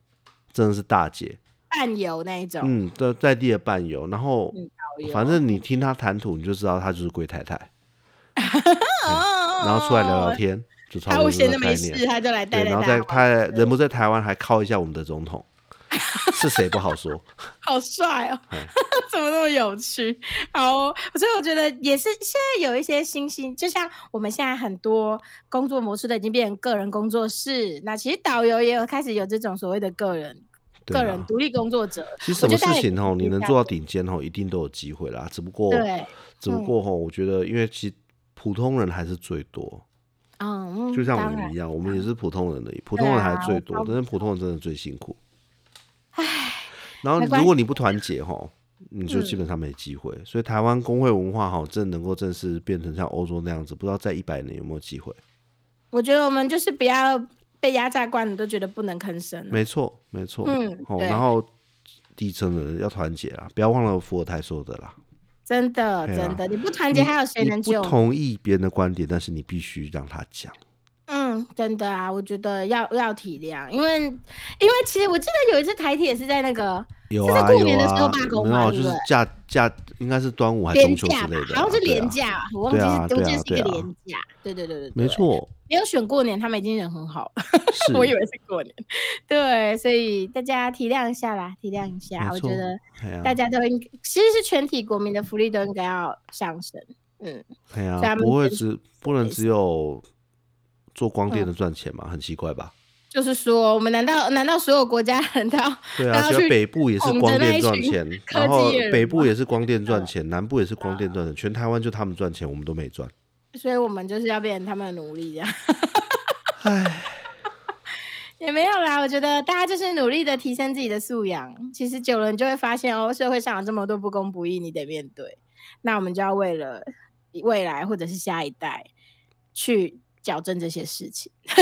Speaker 1: 真的是大姐，
Speaker 2: 伴游那一种，
Speaker 1: 嗯，在在地的伴游，然后
Speaker 2: 哦嗯导游
Speaker 1: 反正你听她谈吐，你就知道她就是龟太太，
Speaker 2: 哦哦
Speaker 1: 然后出来聊
Speaker 2: 哦
Speaker 1: 聊天，就差
Speaker 2: 他
Speaker 1: 不多
Speaker 2: 会
Speaker 1: 是这
Speaker 2: 闲
Speaker 1: 个
Speaker 2: 着没
Speaker 1: 概
Speaker 2: 事，
Speaker 1: 念。
Speaker 2: 他就来带
Speaker 1: 对，
Speaker 2: 带
Speaker 1: 然后
Speaker 2: 大
Speaker 1: 在
Speaker 2: 家
Speaker 1: 她人不在台湾还靠一下我们的总 统，是谁不好说。
Speaker 2: 好帅哦
Speaker 1: 哎，
Speaker 2: 怎么那么有趣？好、哦，所以我觉得也是，现在有一些新兴，就像我们现在很多工作模式都已经变成个人工作室，那其实导游也有开始有这种所谓的个人、
Speaker 1: 对
Speaker 2: 个人
Speaker 1: 啊，
Speaker 2: 独立工作者，
Speaker 1: 其实
Speaker 2: 我
Speaker 1: 什么
Speaker 2: 觉得大
Speaker 1: 事
Speaker 2: 家也
Speaker 1: 情哦，
Speaker 2: 可以
Speaker 1: 你能
Speaker 2: 这
Speaker 1: 做
Speaker 2: 样
Speaker 1: 到顶尖哦，一定都有机会啦。只不过，
Speaker 2: 对，
Speaker 1: 只不
Speaker 2: 嗯
Speaker 1: 过哦，我觉得因为其实普通人还是最多。
Speaker 2: 嗯，
Speaker 1: 就像
Speaker 2: 当
Speaker 1: 我
Speaker 2: 然啊
Speaker 1: 们一样，我们也是普通人而已，普通人还最多
Speaker 2: 我，超
Speaker 1: 但是普通人真的最辛苦。然
Speaker 2: 没
Speaker 1: 后
Speaker 2: 关
Speaker 1: 如
Speaker 2: 系嗯
Speaker 1: 果你不团结吼，你就基本上没机会。所以台湾工会文化吼，真的能够正式变成像欧洲那样子，不知道在一百年有没有机会？
Speaker 2: 我觉得我们就是不要被压榨惯了，都觉得不能吭声了。
Speaker 1: 没错，没错。
Speaker 2: 嗯
Speaker 1: 哦，
Speaker 2: 对
Speaker 1: 然后底层的人要团结啦，不要忘了伏尔泰说的啦。
Speaker 2: 真的，
Speaker 1: 对啊
Speaker 2: 真的，你不团结，还有谁
Speaker 1: 你
Speaker 2: 能
Speaker 1: 不
Speaker 2: 救？
Speaker 1: 同意别人的观点，但是你必须让他讲。
Speaker 2: 嗯，真的啊，我觉得要要体谅，因为因为其实我记得有一次台铁是在那个
Speaker 1: 有
Speaker 2: 是在
Speaker 1: 啊
Speaker 2: 过
Speaker 1: 有
Speaker 2: 年的时候
Speaker 1: 啊
Speaker 2: 罢，工
Speaker 1: 没
Speaker 2: 嘛
Speaker 1: 有，
Speaker 2: 对
Speaker 1: 就
Speaker 2: 不
Speaker 1: 是
Speaker 2: 对
Speaker 1: 假假应该是端午还是
Speaker 2: 廉
Speaker 1: 啊中秋
Speaker 2: 价
Speaker 1: 之
Speaker 2: 吧
Speaker 1: 类，的啦，
Speaker 2: 好像是
Speaker 1: 对啊
Speaker 2: 廉价，我忘记
Speaker 1: 对
Speaker 2: 是，
Speaker 1: 啊
Speaker 2: 我记得是一
Speaker 1: 对啊
Speaker 2: 个
Speaker 1: 对啊
Speaker 2: 廉价，对对对对，对
Speaker 1: 没， 错，
Speaker 2: 没有选过年，他们已经人很好了，
Speaker 1: 是。
Speaker 2: 我以为是过年，对，所以大家体谅一下啦，体谅一下，
Speaker 1: 没
Speaker 2: 我
Speaker 1: 错
Speaker 2: 觉得
Speaker 1: 哎呀
Speaker 2: 大家都应，其实是全体国民的福利都应该要上升，嗯，
Speaker 1: 哎呀、
Speaker 2: 所以他们
Speaker 1: 不会
Speaker 2: 坚
Speaker 1: 只不能
Speaker 2: 也
Speaker 1: 只有做光电
Speaker 2: 嗯
Speaker 1: 的赚钱嘛，很奇怪吧？
Speaker 2: 就是说，我们难道难道所有国家 人都要
Speaker 1: 对
Speaker 2: 然
Speaker 1: 啊，
Speaker 2: 后
Speaker 1: 所以
Speaker 2: 去
Speaker 1: 北部也是
Speaker 2: 捧着
Speaker 1: 光
Speaker 2: 那
Speaker 1: 电
Speaker 2: 一
Speaker 1: 赚
Speaker 2: 群
Speaker 1: 钱，
Speaker 2: 科
Speaker 1: 然
Speaker 2: 技
Speaker 1: 后
Speaker 2: 业人
Speaker 1: 北
Speaker 2: 嘛嗯
Speaker 1: 部也是光电赚钱，南部也是光电赚钱，全台湾就他们赚钱，我们都没赚。
Speaker 2: 所以我们就是要变成他们的奴隶这样。也没有啦，我觉得大家就是努力的提升自己的素养。其实久了，你就会发现哦，社会上有这么多不公不义，你得面对。那我们就要为了未来或者是下一代去矫正这些事情。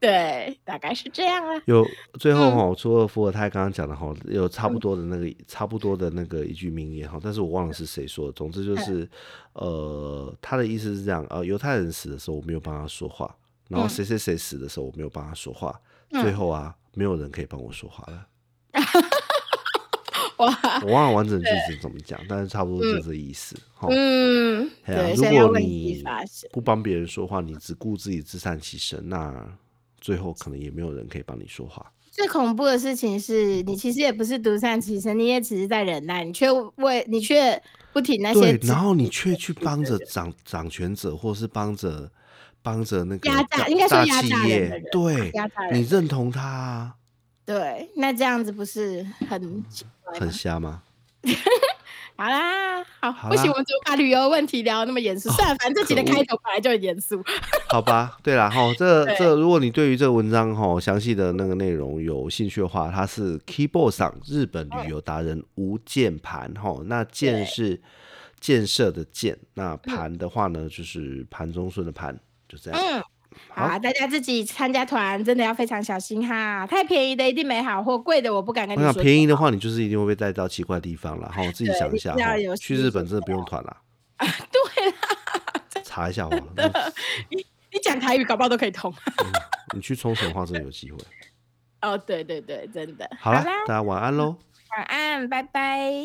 Speaker 2: 对，大概是这样啊啦。
Speaker 1: 有最后
Speaker 2: 嗯
Speaker 1: 哈，除了伏尔泰刚刚讲的哈，有差不多的那个、差不多的那个一句名言哈，但是我忘了是谁说的。总之
Speaker 2: 哎
Speaker 1: 就是，呃，他的意思是这样：呃，犹太人死的时候我没有帮他说话，然后
Speaker 2: 嗯
Speaker 1: 谁谁谁死的时候我没有帮他说话，
Speaker 2: 嗯
Speaker 1: 最后啊，没有人可以帮我说话了。
Speaker 2: 哇，
Speaker 1: 我忘了完整句子怎么讲，但是差不多就是这个意思。哈、
Speaker 2: 嗯，
Speaker 1: 哎呀
Speaker 2: 对，
Speaker 1: 如
Speaker 2: 所以要
Speaker 1: 果
Speaker 2: 为自己
Speaker 1: 你
Speaker 2: 发声。
Speaker 1: 不帮别人说话，你只顾自己自善其身，那最后可能也没有人可以帮你说话。
Speaker 2: 最恐怖的事情是你其实也不是独善其身，你也只是在忍耐，你却为你却不挺那些
Speaker 1: 对，然后你却去帮着掌掌权者，或是帮着帮着那个
Speaker 2: 压榨
Speaker 1: 大
Speaker 2: 应该说
Speaker 1: 大
Speaker 2: 压
Speaker 1: 企
Speaker 2: 榨人的
Speaker 1: 业
Speaker 2: 人，
Speaker 1: 对
Speaker 2: 压榨，人
Speaker 1: 你认同他、啊，
Speaker 2: 对，那这样子不是很奇怪吗
Speaker 1: 很瞎吗？
Speaker 2: 好啦？好，
Speaker 1: 好
Speaker 2: 不行，
Speaker 1: 啦哦
Speaker 2: 我们怎么把旅游问题聊得那么严肃？算了，反正这集的
Speaker 1: 可恶
Speaker 2: 开头本来就很严肃。
Speaker 1: 好吧，对啦，哈，这
Speaker 2: 对
Speaker 1: 这，如果你对于这个文章哈详细的那个内容有兴趣的话，它是 Keyboard 上日本旅游达人无键盘哈，那
Speaker 2: 嗯对嗯
Speaker 1: 键是建设的建，那盘的话呢就是盘中顺的盘，就这样。
Speaker 2: 嗯，
Speaker 1: 好
Speaker 2: 好啊，大家自己参加团真的要非常小心哈，太便宜的一定没好货，贵的我不敢跟
Speaker 1: 我
Speaker 2: 你
Speaker 1: 想
Speaker 2: 说。
Speaker 1: 便宜的话，你就是一定会被带到奇怪的地方了哈。自己
Speaker 2: 对
Speaker 1: 想
Speaker 2: 你
Speaker 1: 一下
Speaker 2: 知道
Speaker 1: 哈
Speaker 2: 有，
Speaker 1: 去
Speaker 2: 时
Speaker 1: 日本
Speaker 2: 间
Speaker 1: 真的不用团啦，
Speaker 2: 对啦，
Speaker 1: 查一下好了。那
Speaker 2: 你讲台语搞不好都可以通。
Speaker 1: 你去冲绳的话，真的有机会。
Speaker 2: 哦，对对对，真的。
Speaker 1: 好啦，大家晚安喽。
Speaker 2: 晚安，拜拜。